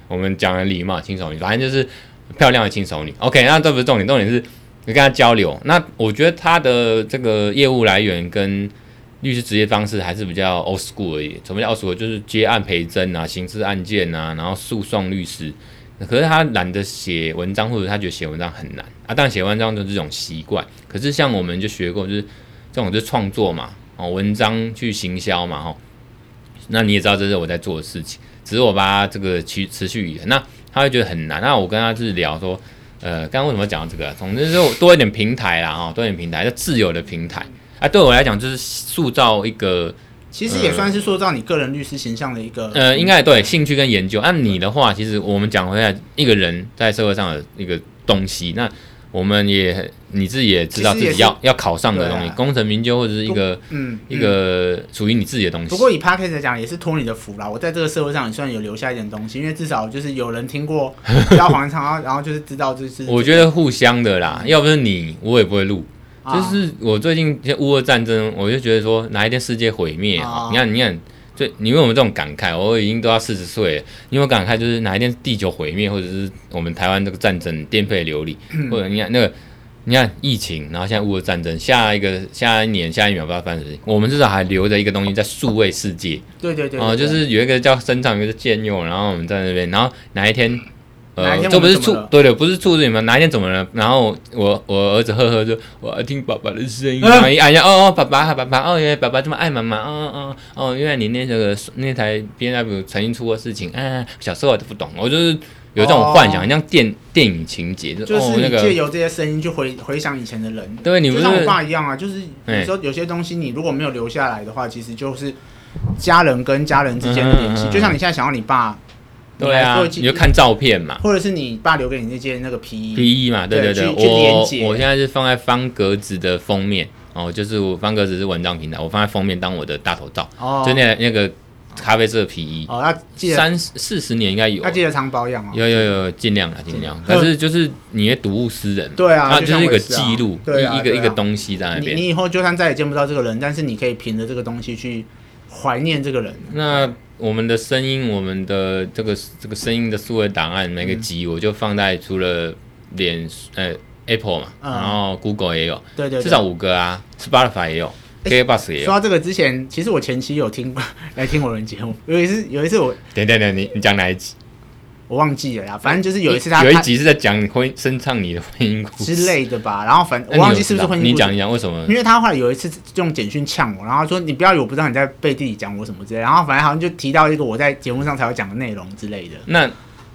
S1: 我们讲了礼貌，轻熟女，反正就是漂亮的轻熟女。OK，那这不是重点，重点是你跟他交流。那我觉得他的这个业务来源跟律师职业方式还是比较 old school 而已。什么叫 old school？就是接案陪侦啊、刑事案件啊，然后诉讼律师。可是他懒得写文章，或者他觉得写文章很难啊。但写文章就是这种习惯。可是像我们就学过，就是这种就是创作嘛，哦，文章去行销嘛，哦。那你也知道这是我在做的事情，只是我把它这个持持续语言，那他会觉得很难。那我跟他就是聊说，呃，刚刚为什么讲到这个？总之就是多一点平台啦，哦，多一点平台，就自由的平台啊。对我来讲，就是塑造一个
S2: 其实也算是塑造你个人律师形象的一个
S1: 呃，应该对兴趣跟研究。按、你的话，其实我们讲回来，一个人在社会上的一个东西，那我们也你自己也知道
S2: 其
S1: 自
S2: 实也
S1: 己要要考上的
S2: 对啊
S1: 东西，功成名就或者是一个
S2: 嗯
S1: 一个属于你自己的东西。
S2: 不过以 p a c k e t 来讲，也是托你的福啦。我在这个社会上也算有留下一点东西，因为至少就是有人听 过标黄长，然后然后就是知道就是
S1: 我觉得互相的啦，要不是你，我也不会录。就、
S2: 啊
S1: 是我最近这乌俄战争，我就觉得说哪一天世界毁灭，
S2: 啊
S1: 你看你看，最你问我们这种感慨，我已经都要四十岁了，你有没有感慨就是哪一天地球毁灭，或者是我们台湾这个战争颠沛流 离，或者你看那个。你看疫情，然后现在乌俄战争，下一个下一年下一秒不知道发生什么事情，我们至少还留着一个东西在数位世界
S2: 对对对
S1: 啊、
S2: 对
S1: 就
S2: 对
S1: 是有一个叫生长，有一个叫建佑，然后我们在那边，然后哪一天，
S2: 哪
S1: 呃
S2: 一，天
S1: 这
S2: 我
S1: 不
S2: 们
S1: 是
S2: 怎么
S1: 促
S2: 了
S1: 对的，不是促使你们哪一天怎么了？然后我我儿子呵呵就我要听爸爸的声音，
S2: 啊
S1: 然后一按一下，哦哦，爸爸爸爸，哦原来爸爸这么爱妈妈，哦哦哦，原来你那个那台 B N W 曾经出过事情，啊，小时候我都不懂，我就是有这种幻想，
S2: 哦
S1: 很像电电影情节，就
S2: 就
S1: 哦
S2: 是
S1: 那
S2: 你借
S1: 个，
S2: 由这些声音去回回想以前的人，
S1: 对你不
S2: 就是像我爸一样啊，就是
S1: 哎
S2: 有时候有些东西你如果没有留下来的话，其实就是家人跟家人之间的联系。
S1: 嗯嗯嗯嗯
S2: 就像你现在想要你爸，
S1: 对啊
S2: 你还，会记
S1: 你就看照片嘛。
S2: 或者是你爸留给你那件那个皮衣，
S1: P E 嘛，对
S2: 对
S1: 对，
S2: 去去连
S1: 我
S2: 接
S1: 我现在是放在方格子的封面哦，就是我方格子是文章平台，我放在封面当我的大头照，
S2: 哦
S1: 就那那个咖啡色 P E，
S2: 哦，要记得
S1: 三四十年应该有
S2: 要，记得常保养哦。
S1: 有有有，尽量啊尽量，但是就是你也睹物思人嘛，
S2: 对啊，
S1: 就
S2: 像
S1: 是一
S2: 我
S1: 个
S2: 也是啊
S1: 记录，
S2: 对啊
S1: 一一个
S2: 对啊
S1: 一个东西在那
S2: 你
S1: 边。
S2: 你以后就算再也见不到这个人，但是你可以凭着这个东西去怀念这个人。
S1: 那我们的声音，我们的这个这个声音的数位档案，每个
S2: 嗯
S1: 集我就放在除了脸呃 Apple 嘛，
S2: 嗯
S1: 然后 Google 也有，
S2: 对对对，
S1: 至少五个啊，Spotify 也有，KBox 也有
S2: 说。到这个之前，其实我前期有听过来听我们节目，有一次有一次我
S1: 等等等，你你讲哪一集？
S2: 我忘记了啦，反正就是有一次他
S1: 有一
S2: 他
S1: 集是在讲婚声唱你的婚姻故事
S2: 之，类的吧，然后反
S1: 那
S2: 我
S1: 你
S2: 忘
S1: 有
S2: 记是
S1: 知
S2: 不是
S1: 道
S2: 婚姻
S1: 你
S2: 故事
S1: 讲一讲为什么？
S2: 因为他后来有一次用简讯呛我，然后说你不要以为我不知道你在背地里讲我什么之类的，然后反正好像就提到一个我在节目上才会讲的内容之类的。
S1: 那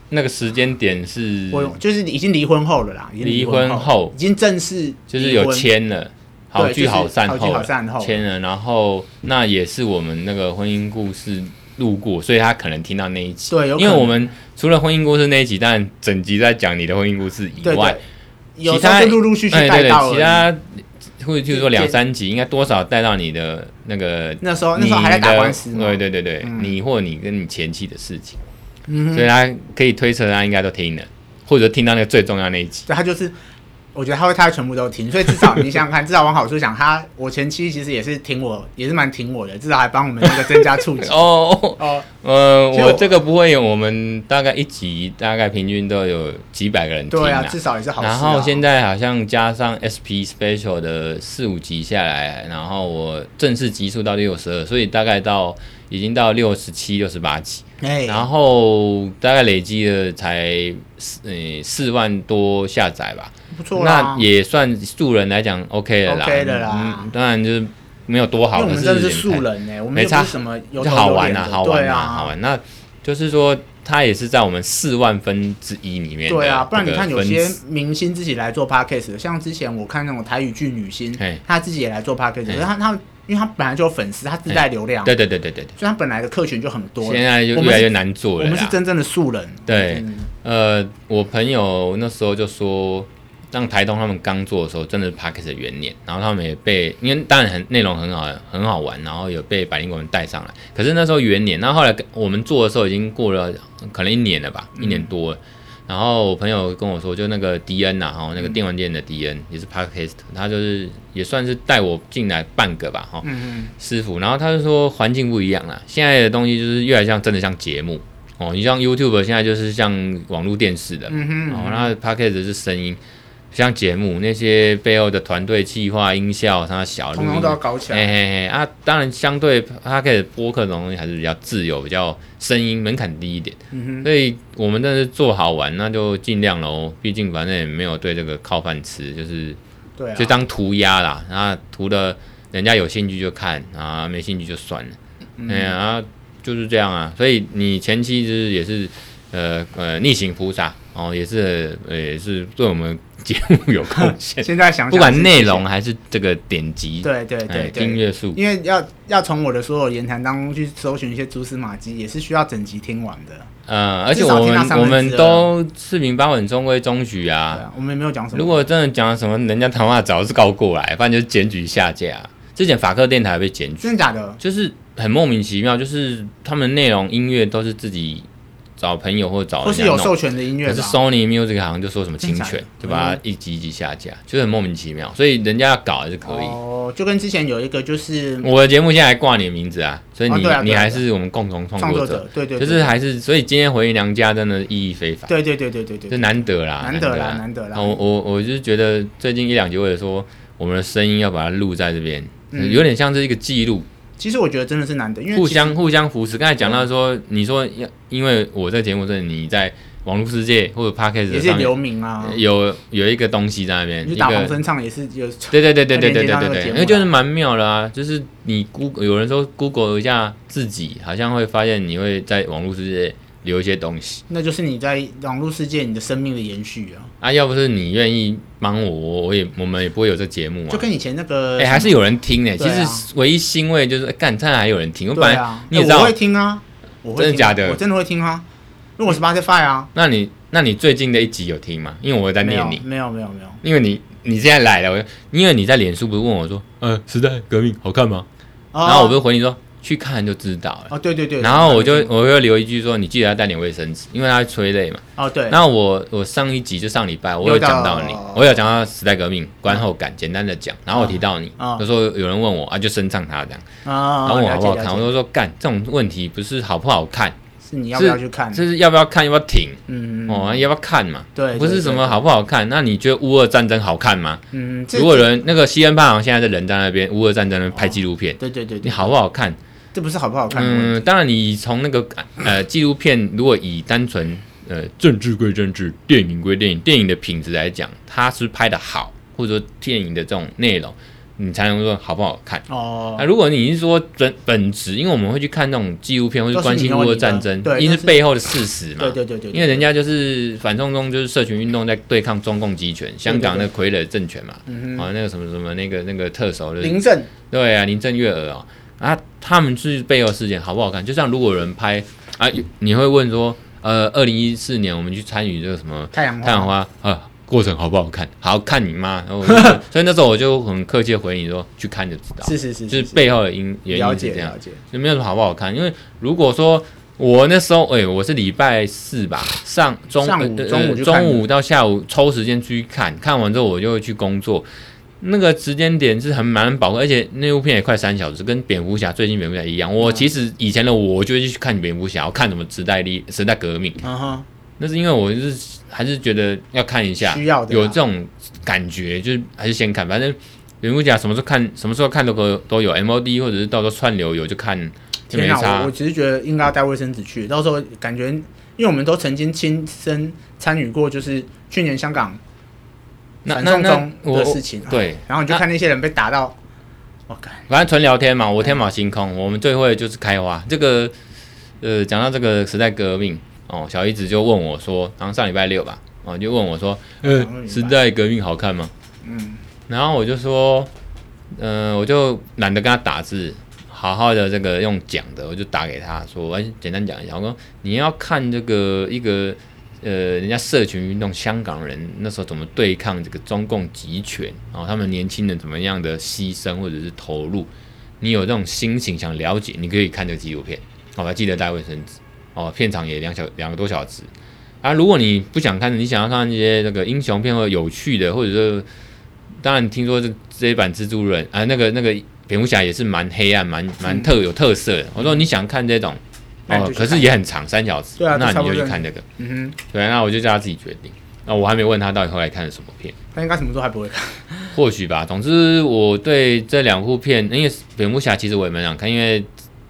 S1: 那个时间点是
S2: 我就是已经离婚后了啦，已经
S1: 嗯离
S2: 婚
S1: 婚后
S2: 已经正式
S1: 就是
S2: 离
S1: 有
S2: 婚
S1: 签了，好
S2: 对就
S1: 聚
S2: 是
S1: 好散
S2: 好聚
S1: 后
S2: 好
S1: 了
S2: 散后
S1: 签了，然后那也是我们那个婚姻故事路过，所以他可能听到那一集。
S2: 对有可
S1: 因为
S2: 能
S1: 我们除了婚姻故事那一集，但整集在讲你的婚姻故事以
S2: 对
S1: 外
S2: 对，，有
S1: 其
S2: 时候
S1: 他
S2: 就陆陆续续
S1: 哎
S2: 带
S1: 对
S2: 到
S1: 对，
S2: 了。
S1: 其他或者就是说两
S2: 见
S1: 三集，应该多少带到你的那个
S2: 那时候那时候还在打官司
S1: 你
S2: 嘛，
S1: 的对对对对，
S2: 嗯
S1: 你或你跟你前妻的事情，
S2: 嗯哼
S1: 所以他可以推测他应该都听了，或者听到那个最重要那一 集。
S2: 对，他就是，我觉得他会他会全部都听，所以至少你想想看， 至少往好处想，他我前期其实也是挺我，也是蛮挺我的，至少还帮我们那个增加触及。
S1: 哦，哦
S2: 哦，
S1: 呃，
S2: 其实
S1: 我
S2: 我
S1: 这个不会有，我们大概一集大概平均都有几百个人听
S2: 对啊，
S1: 啦。
S2: 至少也是好事、啊。
S1: 然后现在好像加上 SP Special 的四五集下来，然后我正式集数到六十二，所以大概到已经到六十七、六十八集。
S2: 哎，
S1: 然后大概累积了才四呃四万多下载吧，
S2: 不错啊啦
S1: 那。也算素人来讲 OK 了啦
S2: OK 的啦
S1: 嗯，当然就是没有多
S2: 因
S1: 好，
S2: 为我
S1: 可
S2: 们真的
S1: 是
S2: 是
S1: 也
S2: 素
S1: 太，
S2: 人哎、我们
S1: 没
S2: 又不
S1: 差
S2: 是什么有
S1: 就
S2: 头
S1: 好
S2: 有
S1: 玩
S2: 脸
S1: 呐，
S2: 的
S1: 好玩
S2: 对
S1: 呐，
S2: 啊，
S1: 好。玩。那就是说，它也是在我们四万分之一里面的
S2: 对啊，不然你
S1: 这个
S2: 看有
S1: 分
S2: 些
S1: 子
S2: 明星自己来做 podcast，的像之前我看那种台语剧女星
S1: 嘿，
S2: 她自己也来做 podcast，可是她她因为她本来就有粉丝，她自带流量，
S1: 对对对对对对，
S2: 所以她本来的客群就很多了。
S1: 现在就
S2: 我
S1: 越
S2: 们
S1: 来
S2: 是
S1: 越难做
S2: 我
S1: 了
S2: 们是
S1: 啦。
S2: 真正的素人。
S1: 对
S2: 嗯
S1: 呃，我朋友那时候就说，让台东他们刚做的时候，真的是 Parkes 的元年，然后他们也被，因为当然很内容很好，很好玩，然后有被百灵果们带上来。可是那时候元年，那后来我们做的时候已经过了可能一年了吧，一
S2: 嗯
S1: 年多了。然后我朋友跟我说，就那个迪恩呐、啊，哈、那个
S2: 嗯
S1: 电玩店的迪恩、也是 Parkes，他就是也算是带我进来半个吧，哈、
S2: 嗯
S1: 师傅，然后他就说环境不一样啦，现在的东西就是越来像真的像节目哦，你像 YouTube 现在就是像网络电视的，
S2: 嗯哼，
S1: 哦，那 Podcast 是声音，像节目那些背后的团队企划、音效，它小
S2: 通通都要搞起
S1: 嘿
S2: 来。
S1: 嘿嘿啊，当然相对 Podcast 播客这种东西还是比较自由，比较声音门槛低一点，
S2: 嗯
S1: 所以我们但是做好玩那就尽量喽，毕竟反正也没有对这个靠饭吃，就是
S2: 哼，对啊，
S1: 就当涂鸦啦，那涂的人家有兴趣就看啊，没兴趣就算了。
S2: 嗯
S1: 哎呀、啊，就是这样啊。所以你前期就是也是呃呃逆行菩萨，哦，也是呃也是对我们节目有贡 献，
S2: 现在想想
S1: 不管
S2: 是
S1: 内容还是这个点击，
S2: 对对
S1: 哎
S2: 对
S1: 订
S2: 对，
S1: 阅数，
S2: 因为要要从我的所有言谈当中去搜寻一些蛛丝马迹，也是需要整集听完的。
S1: 呃，而且
S2: 至少
S1: 我
S2: 听到
S1: 们
S2: 三
S1: 我
S2: 分之
S1: 们
S2: 二
S1: 都四平八稳，中规中矩
S2: 对
S1: 啊。
S2: 啊，我们也没有讲什么。
S1: 如果真的讲什么，人家他妈早是告过来，不然就是检举下架。之前法克电台被检举，
S2: 真的假的？
S1: 就是很莫名其妙，就是他们内容音乐都是自己找朋友或找
S2: 或
S1: 人家
S2: 是有
S1: 弄，
S2: 授权的音乐
S1: 可是
S2: 吧？
S1: Sony Music 好像就说什么侵
S2: 真假
S1: 权
S2: 的，
S1: 就把它一集一集下架，就是很莫名其妙。所以人家要搞还是可以。
S2: 嗯哦，就跟之前有一个就是
S1: 我的节目现在还挂你的名字啊，所以
S2: 哦
S1: 你、
S2: 对啊对啊
S1: 你还
S2: 对
S1: 是我们共同创
S2: 创
S1: 作
S2: 作者，对对，对
S1: 就是还是所以今天回娘家真的意义非凡。
S2: 对对对对对
S1: 这
S2: 对，
S1: 难得啦，
S2: 难得啦，
S1: 啦，
S2: 难得
S1: 然
S2: 啦
S1: 后。我我我就是觉得最近一两集，为了说我们的声音要把它录在这边，
S2: 嗯
S1: 有点像是一个记录，
S2: 其实我觉得真的是难得，因为
S1: 互
S2: 其实嗯
S1: 相互相扶持。刚才讲到说，你说要因为我这个节目真的你在网络世界或者 podcast
S2: 也是
S1: 上面
S2: 留名啊，
S1: 有有一个东西在那边，
S2: 你
S1: 一
S2: 是打红
S1: 个
S2: 声唱也是有
S1: 对对对对对对
S2: 连接
S1: 对
S2: 到那
S1: 对
S2: 个节
S1: 对，
S2: 目
S1: 因为就是
S2: 啦
S1: 蛮妙的啊，就是你 Google 有人说 Google 一下自己，好像会发现你会在网络世界留一些东西。
S2: 那就是你在网络世界你的生命的延续啊，
S1: 啊，要不是你愿意帮我，我我也我们也不会有这节目
S2: 就
S1: 啊。
S2: 跟以前那个
S1: 哎、还是有人听呢、其
S2: 对啊
S1: 实唯一欣慰就是，哎干、他还有人听。我本
S2: 对
S1: 来、
S2: 啊，
S1: 你也
S2: 哎
S1: 知道
S2: 我会听啊，我会
S1: 真的
S2: 听
S1: 假的嗯
S2: 我真的会听啊，因为我是 Spotify 啊，
S1: 那你那你最近的一集有听吗？因为我在
S2: 没有
S1: 念你，
S2: 没有没有没有，
S1: 因为你你现在来了，我因为你在脸书不是问我说，呃，时代革命好看吗？
S2: 哦
S1: 然后我不是回你说去看就知道了。
S2: 哦对对对，
S1: 然后我就我又留一句说，你记得要带点卫生纸，因为它会催泪嘛。
S2: 哦对，
S1: 那我我上一集就上礼拜我有
S2: 有到
S1: 讲到你，我有讲到时代革命观后感，简单的讲，然后我提到你，
S2: 啊
S1: 就说有人问我啊，就声唱他这样，
S2: 啊
S1: 然后问我好不好
S2: 了解
S1: 看，我
S2: 了解
S1: 就说干这种问题不是好不好看，
S2: 是你要不要去看？
S1: 就是要不要看，要不要停，
S2: 嗯，
S1: 哦，要不要看嘛，
S2: 对，
S1: 不是什么
S2: 好，
S1: 好不好看，那你觉得乌俄战争好看吗？
S2: 嗯，这
S1: 如果有人那个西恩帕朗现在的人在那边，乌俄战争拍纪录片。
S2: 对对对
S1: 你
S2: 对，
S1: 好不好看？
S2: 这不是好不好看的问题，
S1: 嗯，当然，你从那个呃纪录片，如果以单纯呃政治归政治，电影归电影，电影的品质来讲，它是拍的好，或者说电影的这种内容，你才能说好不好看。
S2: 哦
S1: 那、，如果嗯你是说本本质，因为我们会去看那种纪录片，或者关心乌俄战争，
S2: 哦都是
S1: 一
S2: 你认为的对
S1: 定
S2: 都
S1: 是
S2: 是
S1: 背后的事实嘛。
S2: 对对对对，
S1: 因为人家就是反送中，就是社群运动在对抗中共集权，香港的傀儡政权嘛。
S2: 嗯
S1: 啊，那个什么什么那个那个特首的
S2: 哼，林正
S1: 对啊，林郑月娥啊、啊，他们是背后事件好不好看？就像如果有人拍啊，有你会问说，呃，二零一四年我们去参与这个什么
S2: 太阳
S1: 太
S2: 花，
S1: 阳花啊，过程好不好看？好看你妈！然 后我就所以那时候我就很客气的回你说，去看就知道，
S2: 是是是，
S1: 就是背后的因原
S2: 了
S1: 因是
S2: 解
S1: 这样
S2: 了，解，
S1: 就没有什么好不好看。因为如果说我那时候，哎、我是礼拜四吧，上中
S2: 上午
S1: 呃呃
S2: 中午去看
S1: 中午到下午抽时间去看，看完之后我就会去工作。那个时间点是很蛮宝贵，而且那部片也快三小时，跟蝙蝠侠最近蝙蝠侠一样。我
S2: 嗯
S1: 其实以前的我就会去看蝙蝠侠，我看什么时代力、时代革命，
S2: 嗯哼，
S1: 那是因为我就是还是觉得要看一下，
S2: 需要的啦
S1: 有这种感觉，就是还是先看，反正蝙蝠侠什么时候看，什么时候看都可都有，MOD 或者是到时候串流有就看，就没
S2: 天啊
S1: 差。
S2: 我我只是觉得应该要带卫生纸去，到时候感觉，因为我们都曾经亲身参与过，就是去年香港
S1: 那
S2: 反
S1: 那
S2: 送
S1: 那
S2: 中
S1: 我
S2: 的事情，，哎
S1: 对，
S2: 然后你就看那些人被打到，
S1: 嗯
S2: 我靠，
S1: 反正纯聊天嘛，我天马行
S2: 嗯
S1: 空，我们最会就是开花。这个呃，讲到这个时代革命哦，小姨子就问我说，然后上礼拜六吧，哦就问我说，呃
S2: 上个礼，拜
S1: 时代革命好看吗？
S2: 嗯，
S1: 然后我就说，呃，我就懒得跟他打字，好好的这个用讲的，我就打给他说，哎，简单讲一下，我说你要看这个一个呃，人家社群运动，香港人那时候怎么对抗这个中共集权，然、后他们年轻人怎么样的牺牲或者是投入，你有这种心情想了解，你可以看这个纪录片，好吧，记得带卫生纸哦，片长也两小两个多小时。啊，如果你不想看，你想要看一些那个英雄片或者有趣的，或者是当然听说这这一版蜘蛛人啊，那个那个蝙蝠侠也是蛮黑暗、蛮蛮特有特色的。我说你想看这种，
S2: 嗯那你
S1: 哦
S2: 就，去
S1: 可是
S2: 看
S1: 也很长，三小时，
S2: 对啊
S1: 那
S2: 就差
S1: 你就
S2: 不多
S1: 去
S2: 这样
S1: 看这个。
S2: 嗯哼，
S1: 对，那我就叫他自己决定。那我还没问他到底后来看了什么片，
S2: 他应该什么都还不会看，
S1: 或许吧。总之，我对这两部片，因为蝙蝠侠其实我也蛮想看，因为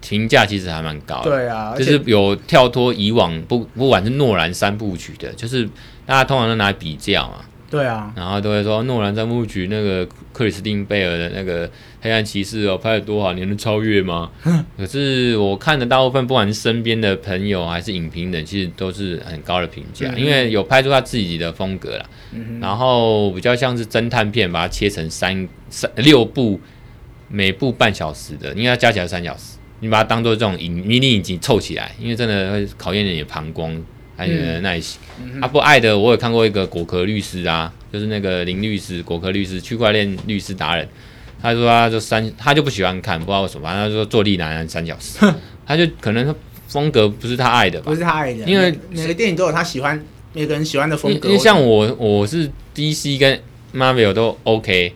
S1: 评价其实还蛮高的。
S2: 对啊，而
S1: 就
S2: 且
S1: 是有跳脱以往不不管是诺兰三部曲的，就是大家通常都拿来比较嘛。
S2: 对啊，
S1: 然后都会说诺兰在幕举那个克里斯汀贝尔的那个《黑暗骑士》哦，拍的多好，你能超越 吗？可是我看的大部分，不管是身边的朋友还是影评人，其实都是很高的评价，
S2: 嗯
S1: 因为有拍出他自己的风格啦。
S2: 嗯
S1: 然后比较像是侦探片，把它切成三三六部，每部半小时的，应该加起来三小时。你把它当做这种影迷你影集凑起来，因为真的会考验你的膀胱还有你的耐心。啊，不爱的我有看过一个果壳律师啊，就是那个林律师、果壳律师、区块链律师达人，他说他就三，他就不喜欢看，不知道为什么，反正他就说坐立难安三小时，他就可能他风格不是他爱的吧
S2: 不。是他爱的，
S1: 因为
S2: 每每个电影都有他喜欢，每个人喜欢的风
S1: 因
S2: 格。
S1: 因为像我，我是 DC 跟 Marvel 都 OK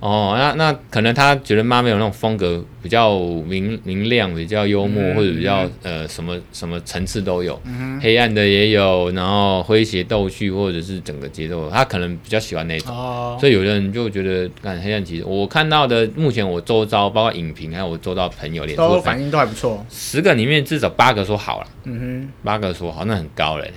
S1: 哦，那那可能他觉得 Marvel 那种风格比较明明亮，比较幽默，
S2: 嗯
S1: 或者比较呃什么什么层次都有，黑暗的也有，然后诙谐逗趣或者是整个节奏，他可能比较喜欢那种。
S2: 哦，
S1: 所以有的人就觉得，看黑暗骑士，我看到的目前我周遭，包括影评，还有我周遭朋友，脸
S2: 都
S1: 书
S2: 反
S1: 反
S2: 应都还不错。
S1: 十个里面至少八个说好了，
S2: 嗯
S1: 八个说好，那很高了嘞。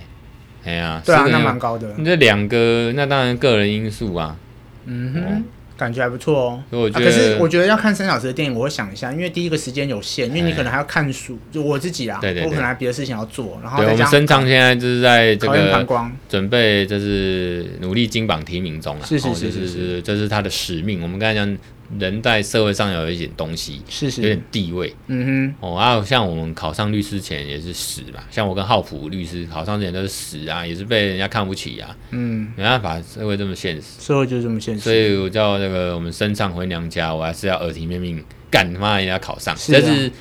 S1: 哎呀
S2: 哼，，对啊，
S1: 十个嗯
S2: 那
S1: 里面
S2: 蛮高的。
S1: 你这两个，那当然个人因素啊。
S2: 嗯哼，感觉还不错哦。
S1: 所以我
S2: 啊
S1: 觉
S2: 可是
S1: 得，
S2: 我觉得要看三小时的电影，我会想一下，因为第一个时间有限，因为你可能还要看书，就我自己啦，
S1: 哎对对对
S2: 我可能还有别的事情要做，然后
S1: 对
S2: 哦再
S1: 我
S2: 加
S1: 们
S2: 上
S1: 深藏现在就是在这
S2: 考验膀
S1: 个
S2: 胱。
S1: 准备，就是努力金榜题名中了。
S2: 是是
S1: 哦
S2: 是
S1: 就是
S2: 是
S1: 是，这是他的使命。我们刚才讲，人在社会上有一点东西，
S2: 是
S1: 有
S2: 是
S1: 点，地位
S2: 嗯
S1: 哦。啊，像我们考上律师前也是屎嘛，像我跟浩普律师考上之前都是屎啊，也是被人家看不起啊，
S2: 哼，嗯，
S1: 没办法，社会这么现实。
S2: 社会就是这么现
S1: 所
S2: 实。
S1: 以我叫那个我们升上回娘家，我还是要耳提面命，干他妈人家考上。
S2: 是啊
S1: 但是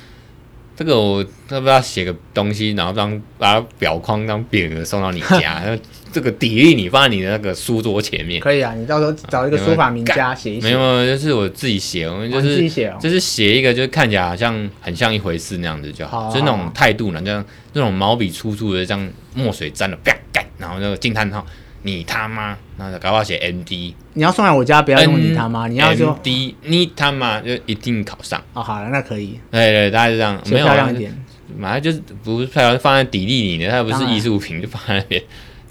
S1: 这个我要不要写个东西，然后当把它裱框当匾额送到你 家，然后这个砥砺你放在你的那个书桌前面。
S2: 可以啊，你到时候找一个书法名家写一写，
S1: 没有，啊没有，就是我自己写，我们就
S2: 哦你自己
S1: 是
S2: 写哦。
S1: 就是写一个，就是看起来好像很像一回事那样子就好，
S2: 好
S1: 就是那种
S2: 好
S1: 态度呢，这样那种毛笔粗粗的这样墨水沾了，啪干，然后那个惊叹号，你他妈，然后搞不好写 M D，
S2: 你要送来我家，不要用
S1: 嗯
S2: 你他妈，你要说
S1: D，你他妈就一定考上。
S2: 哦，好了，那可以，
S1: 对对，大概是这样，
S2: 写
S1: 没有
S2: 漂亮
S1: 啊
S2: 一，点。
S1: 马上就是不是漂亮，放在砥砺你的，它不是
S2: 当然
S1: 艺术品，就放在那边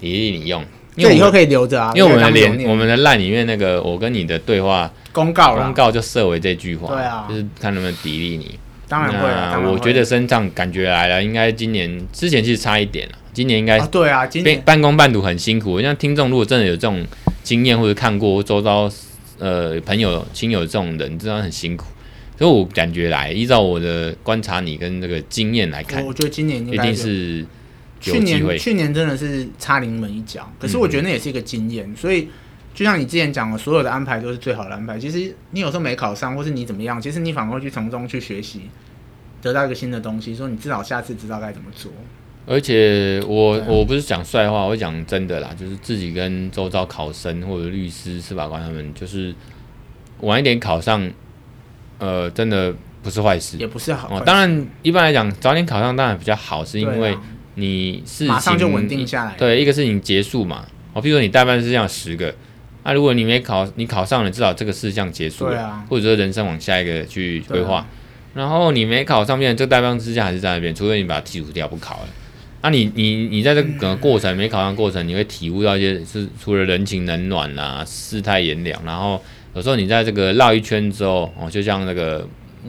S1: 砥砺你用。因
S2: 这
S1: 为
S2: 以
S1: 我们
S2: 后可以留着啊，
S1: 因为我们的
S2: 当留
S1: 连
S2: 念
S1: 我们的烂里面那个我跟你的对话
S2: 公告
S1: 公
S2: 了，
S1: 告就设为这句话，
S2: 对啊
S1: 就是看能不能砥砺你。
S2: 当然会啊，
S1: 那
S2: 当然会
S1: 我觉得身上感觉来了，应该今年之前其实差一点了，今年应该
S2: 啊，对啊，今
S1: 半
S2: 年
S1: 半工半读很辛苦。像听众如果真的有这种经验或者看过周遭呃朋友亲友这种人，真的很辛苦。所以我感觉来，依照我的观察你跟这个经验来看
S2: 我，我觉得今年应
S1: 一
S2: 该
S1: 定
S2: 有
S1: 是
S2: 去
S1: 有机
S2: 年
S1: 会。嗯
S2: 去年真的是差临门一脚，可是我觉得那也是一个经验，所以就像你之前讲的，所有的安排都是最好的安排。其实你有时候没考上，或是你怎么样，其实你反而会去从中去学习，得到一个新的东西，说你至少下次知道该怎么做。
S1: 而且我、
S2: 啊
S1: 我不是讲帅话，我讲真的啦，就是自己跟周遭考生或者律师、司法官他们，就是晚一点考上，呃，真的不是坏事
S2: 也。不是好，
S1: 哦，当然，一般来讲，早点考上当然比较好，是因
S2: 对
S1: 为
S2: 啊
S1: 你事情
S2: 马上就稳定下来。
S1: 对，一个事情结束嘛。哦，譬如说你代办事项有十个，那、如果你没考，你考上了，至少这个事项结束
S2: 对
S1: 了，
S2: 啊
S1: 或者说人生往下一个去规
S2: 对
S1: 划
S2: 啊。
S1: 然后你没考上面，这个代办事项还是在那边，除非你把它剔除掉不考了。那、你你你在这个
S2: 嗯
S1: 过程没考上过程，你会体悟到一些是除了人情冷暖啦、世态炎凉，然后有时候你在这个绕一圈之后，哦，就像那个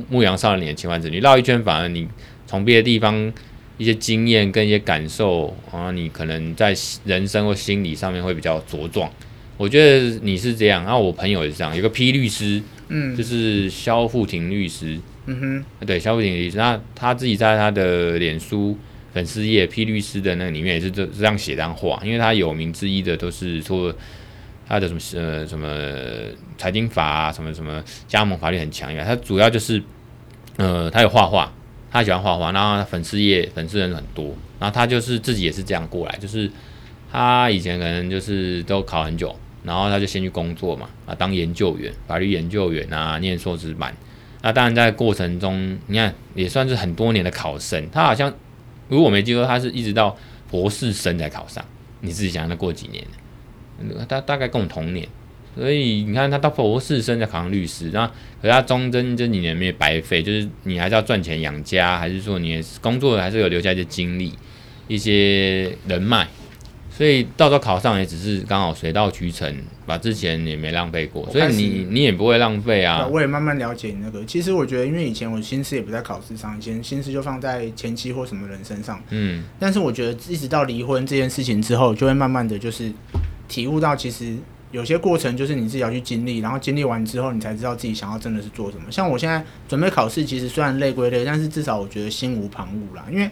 S1: 牧羊少年的奇幻之旅，绕一圈反而你从别的地方一些经验跟一些感受啊，你可能在人生或心理上面会比较茁壮。我觉得你是这样，然、啊后我朋友也是这样，有个 P 律师，
S2: 嗯
S1: 就是肖富廷律师，
S2: 嗯哼，
S1: 对，肖富廷律师，那他自己在他的脸书粉丝页 P 律师的那个里面也是这这样写这样画，因为他有名之一的都是说他的什么呃什么财经法啊，什么什么加盟法律很强以外，他主要就是呃他有画画，他喜欢画画，然后他粉丝页粉丝人很多，然后他就是自己也是这样过来，就是他以前可能就是都考很久。然后他就先去工作嘛，啊，当研究员，法律研究员啊，念硕士班，那当然在过程中，你看也算是很多年的考生，他好像如果我没记错，他是一直到博士生才考上。你自己想想，他过几年？嗯大大概跟我同年，所以你看他到博士生才考上律师，那可是他中间这几年没有白费，就是你还是要赚钱养家，还是说你工作还是有留下一些经历、一些人脉，所以到时候考上也只是刚好水到渠成，把之前也没浪费过，
S2: 我
S1: 所以
S2: 开始
S1: 你你也不会浪费
S2: 对
S1: 啊
S2: 啊，。我也慢慢了解你那个。其实我觉得，因为以前我心思也不在考试上，以前心思就放在前妻或什么人身上。
S1: 嗯，
S2: 但是我觉得，一直到离婚这件事情之后，就会慢慢的就是体悟到，其实有些过程就是你自己要去经历，然后经历完之后，你才知道自己想要真的是做什么。像我现在准备考试，其实虽然累归累，但是至少我觉得心无旁骛啦。因为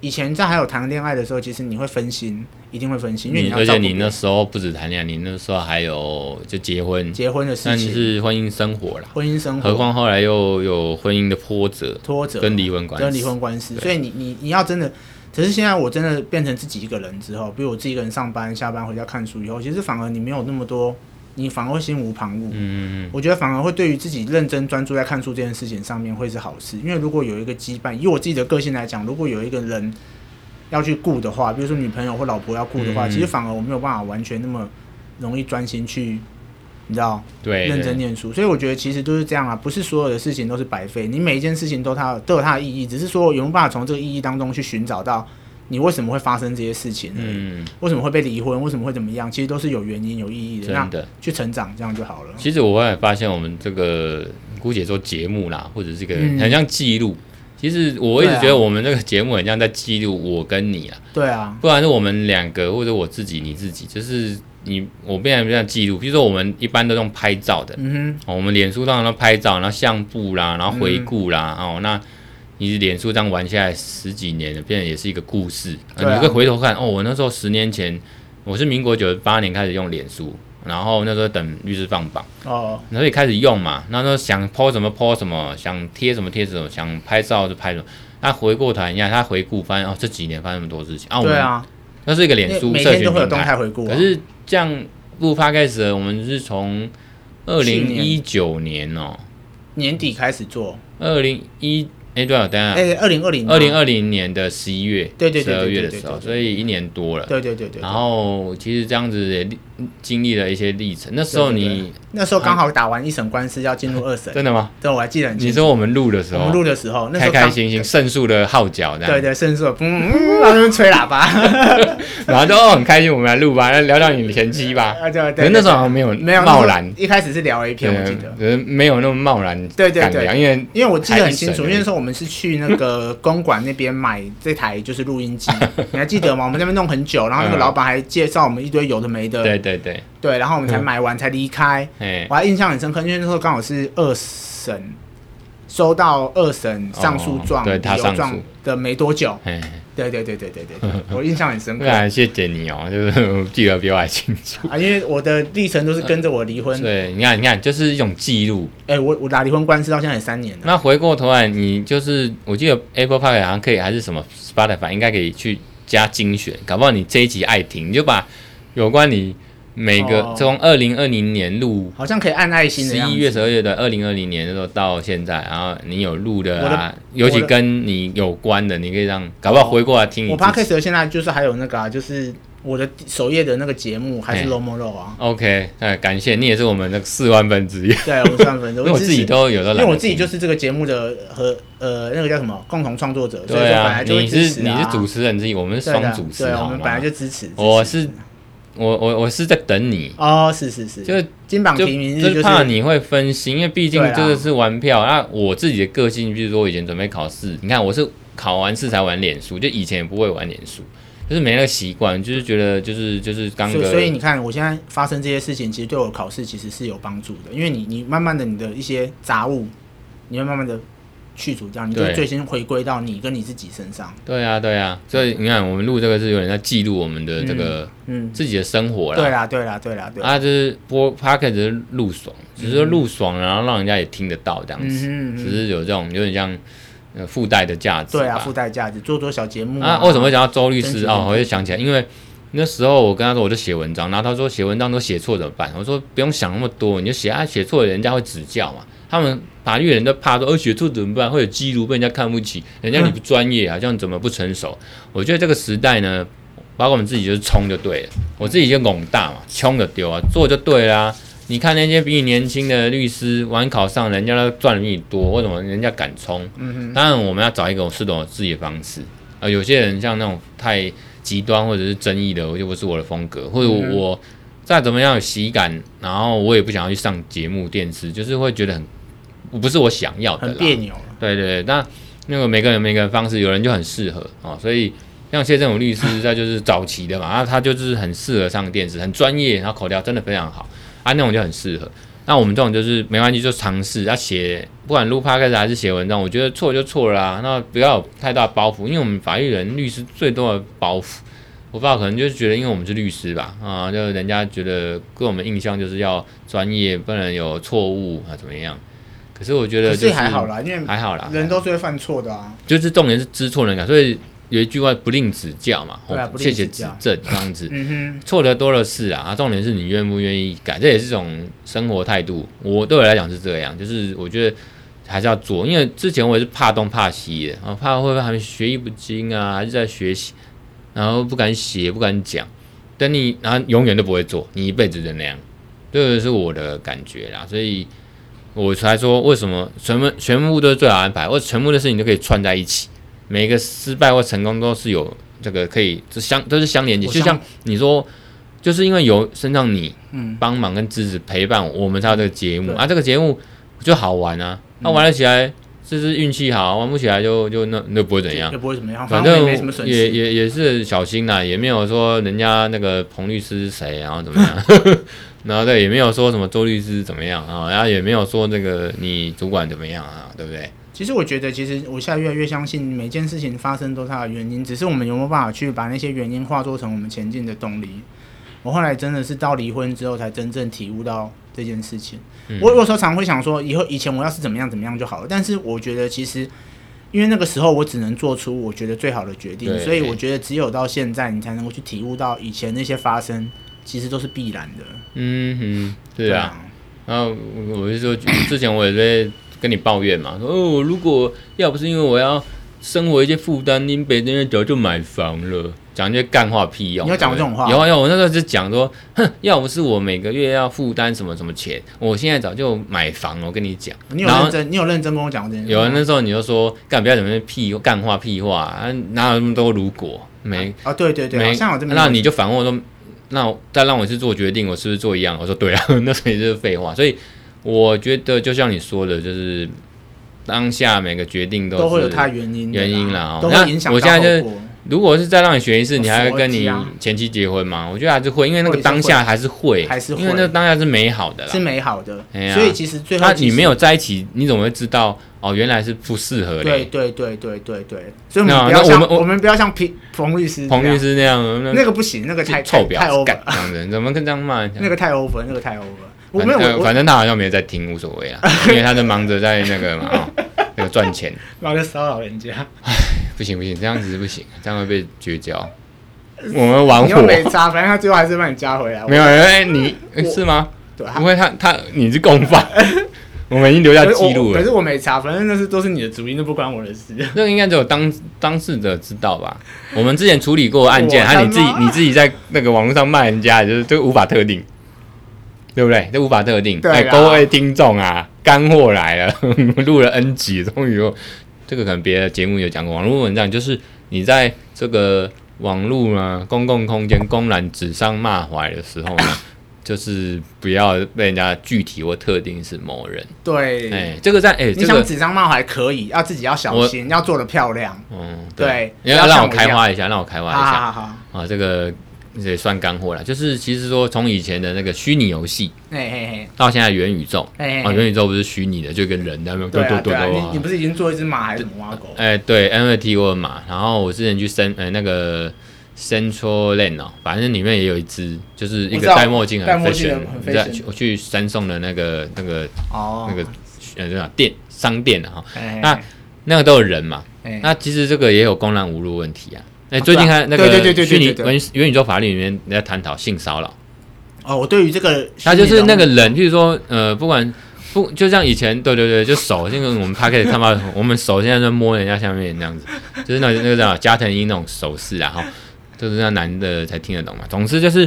S2: 以前在还有谈恋爱的时候，其实你会分心，一定会分心，因为
S1: 你
S2: 要
S1: 嗯而
S2: 照
S1: 且
S2: 顾
S1: 你那
S2: 别人
S1: 时候不止谈恋爱，你那时候还有就结婚，
S2: 结婚的
S1: 那
S2: 事
S1: 你
S2: 情、
S1: 是婚姻生活啦。
S2: 婚姻生
S1: 何
S2: 活
S1: 况后来又有婚姻的波折
S2: 拖着
S1: 跟离婚关系，
S2: 跟离婚官司，
S1: 对
S2: 所以你你你要真的，可是现在我真的变成自己一个人之后，比如我自己一个人上班、下班回家看书以后，其实反而你没有那么多，你反而会心无旁骛。
S1: 嗯，嗯
S2: 我觉得反而会对于自己认真专注在看书这件事情上面会是好事，因为如果有一个羁绊，以我自己的个性来讲，如果有一个人要去顾的话，比如说女朋友或老婆要顾的话，
S1: 嗯
S2: 其实反而我没有办法完全那么容易专心去，你知道，
S1: 嗯对，
S2: 认
S1: 对
S2: 真念书，所以我觉得其实都是这样啊，不是所有的事情都是白费，你每一件事情都它都有它的意义，只是说有没有办法从这个意义当中去寻找到你为什么会发生这些事情，嗯，
S1: 嗯，
S2: 为什么会被离婚，为什么会怎么样，其实都是有原因、有意义的，
S1: 真
S2: 那
S1: 的。
S2: 去成长这样就好了。
S1: 其实我后来发现，我们这个姑且说节目啦，或者这个
S2: 嗯
S1: 很像记录。其实我一直
S2: 对啊
S1: 觉得我们这个节目很像在记录我跟你啊，
S2: 对啊，
S1: 不然是我们两个或者我自己你自己，就是你我变成这样记录。比如说我们一般都用拍照的，
S2: 嗯
S1: 哦，我们脸书上都拍照，然后相簿啦，然后回
S2: 嗯
S1: 顾啦，哦，那你脸书这样玩下来十几年了，变成也是一个故事。
S2: 对啊
S1: 你会回头看，哦，我那时候十年前，我是民国九十八年开始用脸书，然后那时候等律师放榜，
S2: 哼，哦，
S1: 然后也开始用嘛，那时候想 po 什么 po 什么，想贴什么贴什么，想拍照就拍什么。那回过头来一下，他回顾发现哦，这几年发生那么多事情啊，我
S2: 对
S1: 们、
S2: 啊，
S1: 那是一个脸
S2: 因为
S1: 书
S2: 每
S1: 社
S2: 天
S1: 群
S2: 都会有
S1: 平
S2: 动
S1: 台。
S2: 态回顾啊、
S1: 可是这样录 podcast，我们是从二
S2: 去
S1: 零一
S2: 年
S1: 九年哦，
S2: 年底开始做，
S1: 二零一哎对啊，等一下，
S2: 哎、2二零二零，
S1: 二零，二零年的十一月，
S2: 对对对
S1: 十
S2: 对
S1: 二
S2: 对
S1: 月
S2: 对
S1: 的
S2: 对
S1: 时候，
S2: 对对
S1: 所以一年多了。
S2: 对对对对
S1: 然，后其实这样子也历经历了一些历程。那时候
S2: 对对
S1: 你
S2: 那时候刚好打完一审官司要进入二审，
S1: 真的吗？
S2: 对，我还记得很
S1: 你
S2: 清楚。
S1: 说我们录的时
S2: 我们
S1: 候，
S2: 录的时候，那时
S1: 开
S2: 候刚
S1: 开心心，胜诉的号角这样，
S2: 对对，甚至说，嗯，嗯然后就吹 喇叭，
S1: 然后就哦很开心，我们来录吧，来聊聊你的前妻吧。
S2: 啊，对对
S1: 可
S2: 对，
S1: 是那时候好像没有
S2: 没有
S1: 贸然，，
S2: 一开始是聊 A 片，我记
S1: 对
S2: 得，
S1: 可是没有那么贸然
S2: 对对
S1: 敢
S2: 对
S1: 聊，因为
S2: 因为我记得很清
S1: 还一审
S2: 楚，
S1: 而已
S2: 因为那时候我们是去那个公馆那边买这台就是录 音机，你还记得吗？我们在那边弄很久，然后那个
S1: 嗯
S2: 老板还介绍我们一堆有的没的，
S1: 对嗯对对，
S2: 对，然后我们才买完才离开。
S1: 哎，
S2: 我还印象很深刻，因为那时候刚好是二审收到二审上诉
S1: 哦
S2: 状、
S1: 对
S2: 理
S1: 他
S2: 由
S1: 上
S2: 状
S1: 诉
S2: 的没多久，
S1: 哎，
S2: 对对对对对对， 对我印象很深刻
S1: 非。常谢谢你哦， 就是记得比我还清楚。
S2: 啊，因为我的历程都是跟着我离婚，
S1: 对，你看，你看，就是一种记录。
S2: 哎、我我打离婚官司到现在也三年了。
S1: 那回过头来，你就是我记得 Apple Park 好像可以，还是什么 Spotify 应该可以去加精选，搞不好你这一集爱听，你就把有关你每个
S2: 哦
S1: 从二零二零年录
S2: 好像可以按爱心的
S1: 十
S2: 样
S1: 一
S2: 子
S1: 月、十二月的二零二零年的时候到现在，然后你有录的
S2: 我
S1: 啊
S2: 的，
S1: 尤其
S2: 我的
S1: 跟你有关的，你可以让搞不好回过来听你
S2: 我
S1: 自己。
S2: podcast 的现在就是还有那个、啊，就是我的首页的那个节目还
S1: 哎
S2: 是 Lomo Lo 啊，
S1: OK，那感谢你也是我们的四万分之一，
S2: 对，啊我算分 之
S1: 因
S2: 一
S1: 为我自己，都有时候懒
S2: 因为
S1: 得
S2: 我自己
S1: 听
S2: 就是这个节目的和呃那个叫什么共同创作者，所以
S1: 对
S2: 说本
S1: 啊，
S2: 来就会
S1: 你
S2: 支
S1: 是
S2: 持
S1: 你
S2: 啊
S1: 是主持人之一，我们是
S2: 对的啊
S1: 双主持，
S2: 对，我
S1: 好
S2: 们
S1: 吗
S2: 本来就支持。
S1: 我
S2: 支持
S1: 是我我我是在等你，
S2: 哦，是是是，
S1: 就是
S2: 金榜
S1: 就
S2: 题名日
S1: 就是
S2: 是
S1: 怕你会分心，因为毕竟
S2: 对啊
S1: 这个是玩票。那我自己的个性，比如说我以前准备考试，你看我是考完试才玩脸书，就以前也不会玩脸书，就是没那个习惯，就是觉得就是就是刚
S2: 所
S1: 个
S2: 以，所以你看，我现在发生这些事情，其实对我考试其实是有帮助的，因为你你慢慢的你的一些杂物，你会慢慢的去除掉，你就
S1: 对
S2: 最先回归到你跟你自己身上。
S1: 对啊对啊，所以你看我们录这个是有点在记录我们的这个
S2: 嗯，
S1: 自己的生活啦。
S2: 对啦，对啦，对啦，对啦。
S1: 啊，就是播 p o c k e t 是录爽，只是说录爽，然后让人家也听得到这样
S2: 嗯
S1: 子，
S2: 哼嗯
S1: 只
S2: 哼，
S1: 是有这种有点像呃附带的价值吧。
S2: 对啊，附嗯带价值，做做小节目
S1: 啊，为什么会讲到周律
S2: 争
S1: 师
S2: 取
S1: 哦？
S2: 公
S1: 我就想起来，因为那时候我跟他说我就写文章，然后他说写文章都写错怎么办？我说不用想那么多，你就写啊，写错了人家会指教嘛。他们法律人都怕说，哦，写错怎么办？会有记录被人家看不起，
S2: 嗯
S1: 人家你不专业，好像怎么不成熟？我觉得这个时代呢，包括我们自己就是冲就对了，我自己就拱大嘛，冲就丢啊，做就对啦、你看那些比你年轻的律师，晚考上人家都赚的比你多，为什么人家敢冲？
S2: 嗯
S1: 当然我们要找一个适合我自己的方式。呃，有些人像那种太极端或者是争议的，我就不是我的风
S2: 嗯
S1: 格，或者我我再怎么样有喜感，然后我也不想要去上节目、电视，就是会觉得很不是我想要的
S2: 很
S1: 啦。
S2: 别扭了。
S1: 对对对，那那个每个人每个人方式，有人就很适合哦，所以像谢振武律师，他就是早期的嘛，啊，他就是很适合上电视，很专业，然后口条真的非常好啊，那种就很适合。那我们这种就是没关系，就尝试。要、写，不管录 podcast 还是写文章，我觉得错就错了啊，那不要有太大包袱，因为我们法律人、律师最多的包袱，我爸可能就是觉得，因为我们是律师吧，啊，就人家觉得给我们印象就是要专业，不能有错误啊，怎么样？可是我觉得、
S2: 可
S1: 就是
S2: 是还好啦，因为
S1: 还好啦，
S2: 人都是会犯错的啊。
S1: 就是重点是知错能改，所以有一句话不吝指教嘛，
S2: 对啊
S1: 哦
S2: 不吝
S1: 谢
S2: 指
S1: 谢指
S2: 教
S1: 正这样子，
S2: 嗯
S1: 错的多的是啊，啊重点是你愿不愿意改，这也是一种生活态度。我对我来讲是这样，就是我觉得还是要做，因为之前我也是怕东怕西的，啊，怕会不会还学艺不精啊，还是在学习，然后不敢写，不敢讲，等你然后永远都不会做，你一辈子就那样，这个是我的感觉啦，所以。我才说为什么全部全部都是最好安排，或者全部的事情都可以串在一起，每个失败或成功都是有这个可以这相都是相连接，
S2: 我
S1: 就
S2: 相
S1: 像你说，就是因为有身上你
S2: 哼，嗯，
S1: 帮忙跟支持陪伴我，我们才有这个节目
S2: 对嗯
S1: 啊，这个节目就好玩啊，那、玩得起来就是运气好，玩不起来就就那那不会怎样。
S2: 也不会怎么样，
S1: 反
S2: 正我
S1: 正
S2: 也没什么损
S1: 也
S2: 失。
S1: 也也是小心啦，也没有说人家那个彭律师是谁，然后怎么样， 然后对，也没有说什么周律师怎么样啊，然后也没有说那个你主管怎么样啊，对不对？
S2: 其实我觉得，其实我现在越来越相信，每件事情发生都是它的原因，只是我们有没有办法去把那些原因化作成我们前进的动力。我后来真的是到离婚之后，才真正体悟到这件事情。
S1: 嗯
S2: 我有时候常会想说，以后以前我要是怎么样怎么样就好了。但是我觉得，其实因为那个时候我只能做出我觉得最好的决定，
S1: 对
S2: 所以我觉得只有到现在，你才能够去体悟到以前那些发生其实都是必然的。
S1: 嗯哼，是
S2: 对
S1: 啊，，然后我我就说， 之前我也在跟你抱怨嘛，说哦，如果要不是因为我要生活一些负担，林北那边早就买房了，讲一些干话屁用。
S2: 你有讲过这种话
S1: 有啊有啊，我那时候就讲说，哼，要不是我每个月要负担什么什么钱，我现在早就买房了。我跟你讲，
S2: 你有
S1: 然后
S2: 认真，你有认真跟我讲过这件事
S1: 有啊
S2: 吗，
S1: 那时候你就说干不要讲那些屁干话屁话，啊哪有那么多如果没
S2: 啊，对对对，
S1: 没
S2: 好像有这么一
S1: 那
S2: 回
S1: 你就反问我说，那我再让我去做决定，我是不是做一样？我说对啊， 那所以就是废话。所以我觉得就像你说的，就是当下每个决定都
S2: 都会有
S1: 是
S2: 它原因的啦
S1: 原因啦哦
S2: 都
S1: 那
S2: 会影响到
S1: 我现在就是
S2: 后果
S1: 如果是再让你选一次，
S2: 我
S1: 你还会
S2: 所
S1: 跟
S2: 及
S1: 你
S2: 啊
S1: 前妻结婚吗？我觉得还是会，因为那
S2: 我
S1: 个
S2: 也是
S1: 当下还是会，
S2: 还是会
S1: 因为那个当下是美好的
S2: 是
S1: 啦。
S2: 美好的
S1: 哎，呀
S2: 所以其实最后
S1: 那
S2: 其
S1: 你
S2: 实
S1: 没有在一起，你怎么会知道哦？原来是不适合的。
S2: 对对对对对对，所以我
S1: 那
S2: 们不要
S1: 那我
S2: 像
S1: 们我
S2: 我们不要像彭彭律师这样，
S1: 彭律师那样，那
S2: 那个不行，那个太
S1: 臭
S2: 太
S1: 婊
S2: 太
S1: 子
S2: over，
S1: 干这样子，怎么跟这样骂人家？
S2: 那个太 over，那个太 over。我
S1: 反
S2: 没有
S1: 正
S2: 我
S1: 反正他好像没有在听，无所谓 啊，因为他在忙着在那个嘛，哦、那个赚钱。
S2: 然后就骚扰人家，
S1: 不行不行，这样子不行，这样会被绝交。我们玩
S2: 你
S1: 火
S2: 又没渣，反正他最后还是把你加回来。我
S1: 没有？哎、你、哎
S2: 我
S1: 是吗？
S2: 对啊
S1: 不，会，他他你是共 犯，我们已经留下
S2: 可是我
S1: 记录
S2: 可
S1: 了
S2: 是。我没查，反正那是都是你的主意，那不关我的事。
S1: 那个应该只有当当事者知道吧？我们之前处理过案件，
S2: 我
S1: 还
S2: 他
S1: 有
S2: 妈
S1: 你自己你自己在那个网络上骂人家，就是这个无法特定，对不对？这无法特定。
S2: 对啦啊
S1: 哎，各位听众啊，干货来了， 录了 N 集，终于有这个可能别的节目有讲过，网络文章就是你在这个网络呢公共空间公然指桑骂槐的时候呢， 就是不要被人家具体或特定是某人。
S2: 对，
S1: 哎，这个在哎
S2: 你
S1: 这
S2: 想
S1: 个
S2: 纸张骂还可以，要自己要小
S1: 我
S2: 心，要做的漂亮。
S1: 嗯
S2: 对
S1: 你
S2: 不
S1: 要
S2: 要
S1: 让
S2: 像
S1: 我
S2: 我一
S1: 开
S2: 样
S1: 花一下，让我开花
S2: 好
S1: 一下。
S2: 好好好，
S1: 啊，这个也算干货了。就是其实说，从以前的那个虚拟游戏
S2: 嘿嘿嘿。
S1: 到现在元宇宙，
S2: 哎
S1: 啊，元宇宙不是虚拟的，就跟人那边
S2: 对
S1: 对
S2: 啊，
S1: 对
S2: 对啊，你你
S1: 对
S2: 不是已经做一只马还是什么挖狗？
S1: 哎，对 NFT 我有买，然后我之前去深呃那个 Central Land 哦，反正里面也有一只，就是一个
S2: 我知道
S1: 戴墨镜很
S2: 戴墨
S1: fashion，
S2: 镜的
S1: 我
S2: 很
S1: 在
S2: fashion
S1: 去我去三宋的那个那个
S2: 哦，
S1: 那个呃叫啥店商店啊，哈
S2: 哎，
S1: 那那个都有人嘛，
S2: 哎
S1: 那其实这个也有公然侮辱问题啊。哎，
S2: 啊
S1: 最近
S2: 对啊
S1: 看那
S2: 对
S1: 个
S2: 对对对
S1: 虚拟
S2: 对对
S1: 元元宇宙法律里面在探讨性骚扰。
S2: 哦，我对于这个，
S1: 他就是那个，人，譬如说，呃，不管不，就像以前，对对对，就手，那个我们 p 可以看到，我们手现在在摸人家下面那样子，就是 那那个叫加藤鹰那种手势啊，哈，就是那男的才听得懂嘛。总之就是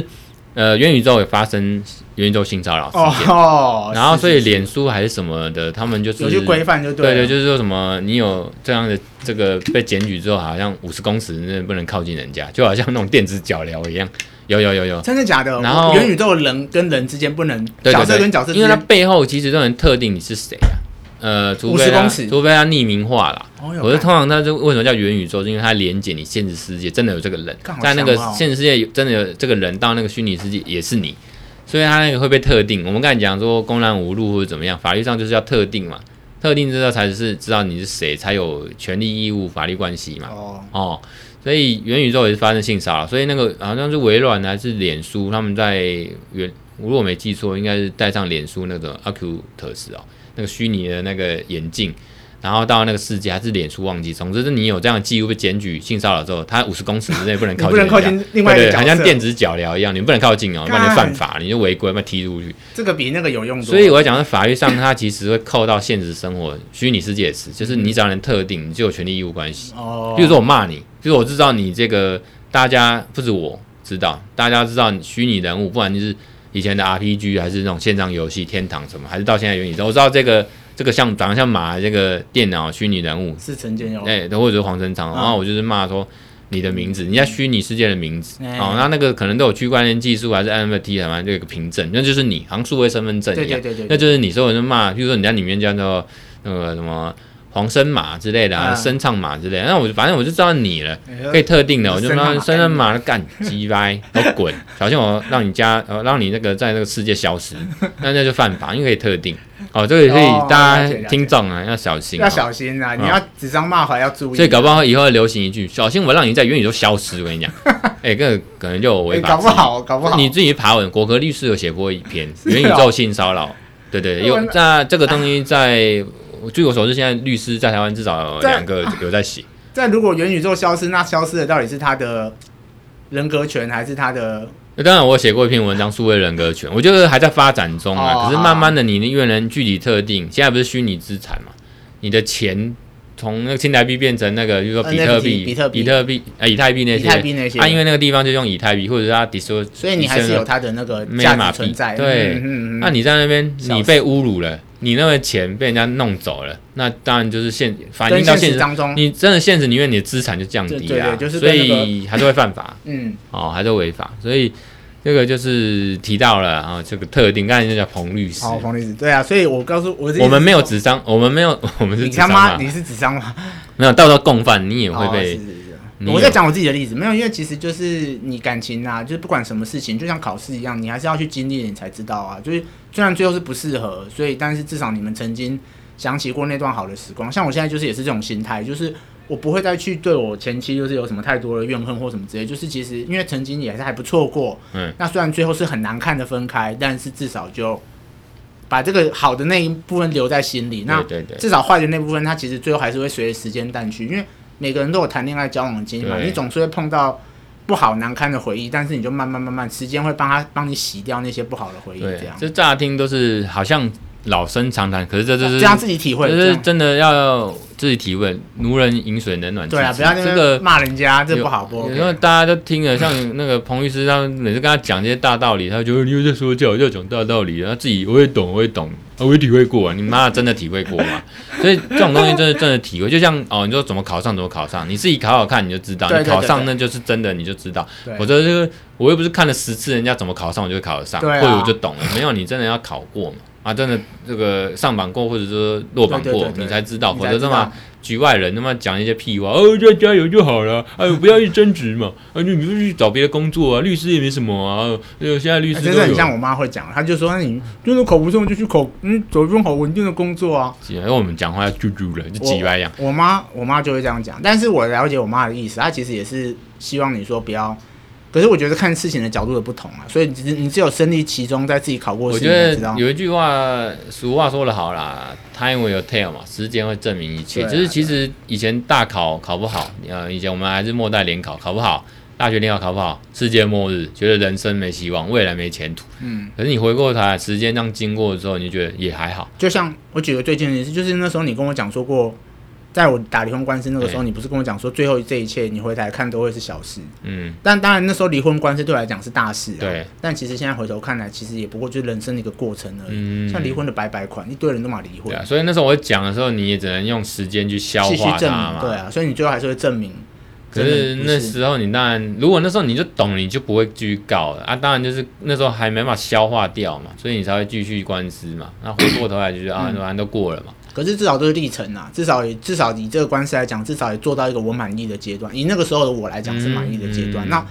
S1: 呃，元宇宙也发生元宇宙性骚扰
S2: 哦
S1: 事件，
S2: 哦，
S1: 然后
S2: 是
S1: 所以
S2: 是是
S1: 脸书还是什么的，他们就是
S2: 有去规范就
S1: 对
S2: 了，
S1: 对，就是说什么你有这样的这个被检举之后，好像五十公尺那不能靠近人家，就好像那种电子脚镣一样。有有有有，
S2: 真的假的？
S1: 然后
S2: 元宇宙人跟人之间不能
S1: 对
S2: 角
S1: 对
S2: 色
S1: 对，
S2: 跟角色之
S1: 因为它
S2: 间，
S1: 背后其实都能特定你是谁啊。呃，除非
S2: 50
S1: 它
S2: 公尺
S1: 除非它匿名化啦。
S2: 哦有
S1: 我是
S2: 看
S1: 通常它就为什么叫元宇宙，是因为它连接你现实世界真的有这个人
S2: 干，好
S1: 在那个
S2: 强哦
S1: 现实世界有真的有这个人到那个虚拟世界也是你，所以它那个会被特定。我们刚才讲说公然侮辱或者怎么样，法律上就是要特定嘛，特定之后才是知道你是谁，才有权利义务、法律关系嘛。
S2: 哦，
S1: 哦，所以元宇宙也是发生性骚扰，所以那个好像是微软还是脸书，他们在元，如果我没记错，应该是戴上脸书那个 Oculus 哦，那个虚拟的那个眼镜，然后到那个世界还是脸书忘记，总之是你有这样的记录被检举性骚扰之后，他五十公尺之内不能
S2: 你
S1: 靠
S2: 不
S1: 近人
S2: 能
S1: 家，
S2: 靠近另外一
S1: 对
S2: 个
S1: 对，
S2: 角
S1: 好
S2: 色，
S1: 像电子脚镣一样，你不能靠近哦，不然就
S2: 干
S1: 犯法，你就违规，被踢出去。
S2: 这个比那个有用多，
S1: 所以我要讲的是，法律上它其实会扣到现实生活、虚拟世界也是，就是你只要能特定，你就有权利义务关系。
S2: 哦，
S1: 比如说我骂你，比如我知道你这个，大家不止我知道，大家知道你虚拟人物，不然就是以前的 RPG 还是那种线上游戏天堂什么，还是到现在元宇宙，我知道这个这个像长得像马的这个电脑虚拟人物，
S2: 是陈建友，
S1: 哎、或者是黄生昌，
S2: 哦嗯
S1: 然后我就是骂说。你的名字，你在虚拟世界的名字，
S2: 哎
S1: 哦，那那个可能都有区块链技术还是 NFT，反正就有个凭证，那就是你，好像数位身份证
S2: 对
S1: 一样
S2: 对。对对，
S1: 那就是你说我就骂，比如说你在里面叫做那个什么黄生马之类的、啊，
S2: 嗯
S1: 生唱马之类的，那我就反正我就知道你了，
S2: 哎
S1: 可以特定的，我就
S2: 生唱
S1: 让
S2: 马哎
S1: 生唱马干鸡掰，给我滚，小心我让你家呃让你那个在这个世界消失，那那就犯法，因为可以特定。哦，这个也可
S2: 哦
S1: 以，大
S2: 了
S1: 家
S2: 解了解
S1: 听众啊要小心、哦，
S2: 要小心啊！
S1: 嗯
S2: 你要指桑骂槐要注意，
S1: 所以搞不好以后流行一句“小心我让你在元宇宙消失”，我跟你 讲，哎、这个可能就有违
S2: 哎
S1: 法
S2: 搞
S1: 之
S2: 不
S1: 嫌。
S2: 好，搞不好
S1: 你自己爬文，国科律师有写过一篇
S2: 是啊
S1: 《
S2: 哦
S1: 元宇宙性骚扰》，对对，
S2: 我
S1: 有
S2: 那
S1: 那这个东西在，我据我所知，现在律师在台湾至少有
S2: 在
S1: 两个有在写，
S2: 但如果元宇宙消失，那消失的到底是他的人格权还是他的？
S1: 那当然，我有写过一篇文章《数位人格权》，我觉得还在发展中啊。
S2: 哦
S1: 可是慢慢的，你越能具体特定，现在不是虚拟资产嘛？你的钱从那个新台币变成那个，比如说比特币、
S2: NFT 比特币
S1: 比特币、呃以太币那
S2: 以
S1: 些，
S2: 太币那些
S1: 啊，因为那个地方就用以太币，或者是它 d i s o
S2: 所以你还是有他的那个
S1: 没
S2: 价
S1: 马
S2: 值
S1: 屁
S2: 存在。
S1: 对
S2: 嗯嗯嗯
S1: 那、啊你在那边
S2: 笑死
S1: 你被侮辱了，你那个钱被人家弄走了，那当然就是现反映
S2: 跟
S1: 到
S2: 现
S1: 现
S2: 实
S1: 实，
S2: 当中，
S1: 你真的现实里面你的资产就降低
S2: 对
S1: 了、
S2: 对对就是
S1: 所
S2: 跟那个
S1: 以还是会犯法
S2: 嗯，
S1: 哦，还是违法，所以这个就是提到了啊、这个特定，刚才就叫彭律师，
S2: 好，冯律师，对啊，所以我告诉我的意思是，
S1: 我们没有指商，我们没有， 我们是
S2: 你
S1: 指商
S2: 他妈
S1: 嘛，
S2: 你是指桑吗？
S1: 没有，到时候共犯你也会
S2: 哦
S1: 被、
S2: 是是是
S1: 你
S2: 我
S1: 有
S2: 在讲我自己的例子，没有，因为其实就是你感情啊，就是不管什么事情，就像考试一样，你还是要去经历，你才知道啊。就是虽然最后是不适合，所以但是至少你们曾经想起过那段好的时光。像我现在就是也是这种心态，就是我不会再去对我前妻就是有什么太多的怨恨或什么之类。就是其实因为曾经也是还不错过，
S1: 嗯，
S2: 那虽然最后是很难看的分开，但是至少就把这个好的那一部分留在心里。那
S1: 对对对，
S2: 至少坏的那部分，它其实最后还是会随着时间淡去，因为每个人都有谈恋爱交往的经历嘛，
S1: 对
S2: 你总是会碰到不好难堪的回忆，但是你就慢慢慢慢，时间会帮他帮你洗掉那些不好的回忆，
S1: 对
S2: 这样，
S1: 这乍听都是好像老生常谈，可是这就是
S2: 这样自己体会，
S1: 就
S2: 这
S1: 是
S2: 样
S1: 真的要自己提问，奴人饮水冷暖自知。
S2: 对啊，不要那
S1: 这
S2: 边
S1: 个，
S2: 骂人家，这
S1: 有
S2: 不好不
S1: 因为
S2: OK。
S1: 大家都听了，像那个彭律师，他每次跟他讲这些大道理，他就觉得你又在说教，又讲大道理，他自己我也懂，我也懂，啊我也体会过、啊，你妈真的体会过 吗？所以这种东西真的真的体会，就像哦，你说怎么考上怎么考上，你自己考考看你就知道，
S2: 对
S1: 你
S2: 对
S1: 考
S2: 对
S1: 上
S2: 对
S1: 那就是真的，你就知道。
S2: 对
S1: 我这就是我又不是看了十次人家怎么考上，我就会考得上，
S2: 对啊
S1: 或者我就懂了。没有，你真的要考 过嘛？啊，真的这个上榜过，或者说落榜
S2: 对对
S1: 过
S2: 对，对
S1: 你才知道，
S2: 你
S1: 否
S2: 才
S1: 则的
S2: 知
S1: 嘛
S2: 道，
S1: 局外人他妈讲一些屁话，哦，要加油就好了，哎呦，不要去争执嘛，啊，你你就去找别的工作啊，律师也没什么啊，呃，现在律师都
S2: 哎真的很
S1: 有。
S2: 像我妈会讲，她就说：“那你就是考不中就去考，嗯，找一份好稳定的工作啊。
S1: 因哎为我们讲话要啾啾了，就
S2: 我
S1: 几百样。”
S2: 我妈，我妈就会这样讲，但是我了解我妈的意思，她其实也是希望你说不要。可是我觉得看事情的角度的不同啊，所以你只你只有身历其中，在自己考过
S1: 我觉
S2: 试，你才
S1: 得
S2: 知道。
S1: 有一句话，俗话说得好啦，time will tell 嘛，时间会证明一切。
S2: 对啊
S1: 就是其实以前大考考不好，呃，以前我们还是末代联考考不好，大学联考考不好，世界末日，觉得人生没希望，未来没前途。
S2: 嗯，
S1: 可是你回过头来，时间这样经过之后，你就觉得也还好。
S2: 就像我举个最近的例子，就是那时候你跟我讲说过，在我打离婚官司那个时候，
S1: 哎
S2: 你不是跟我讲说，最后这一切你回来看都会是小事。
S1: 嗯，
S2: 但当然那时候离婚官司对我来讲是大事、啊，
S1: 对。
S2: 但其实现在回头看来，其实也不过就是人生的一个过程而已。
S1: 嗯
S2: 像离婚的白白款，一堆人都嘛离婚
S1: 对，啊，所以那时候我讲的时候，你也只能用时间去消
S2: 继续
S1: 化
S2: 证
S1: 它
S2: 明，
S1: 嘛。
S2: 对啊，所以你最后还是会证明。
S1: 可
S2: 真
S1: 是
S2: 的不
S1: 那
S2: 是
S1: 时候你当然，如果那时候你就懂，你就不会继续告了啊。当然就是那时候还没办法消化掉嘛，所以你才会继续官司嘛。那回过头来就是啊，
S2: 嗯
S1: 反正都过了嘛。
S2: 可是至少都是历程啊，至少也至少以这个官司来讲，至少也做到一个我满意的阶段。以那个时候的我来讲是满意的阶段。
S1: 嗯
S2: 那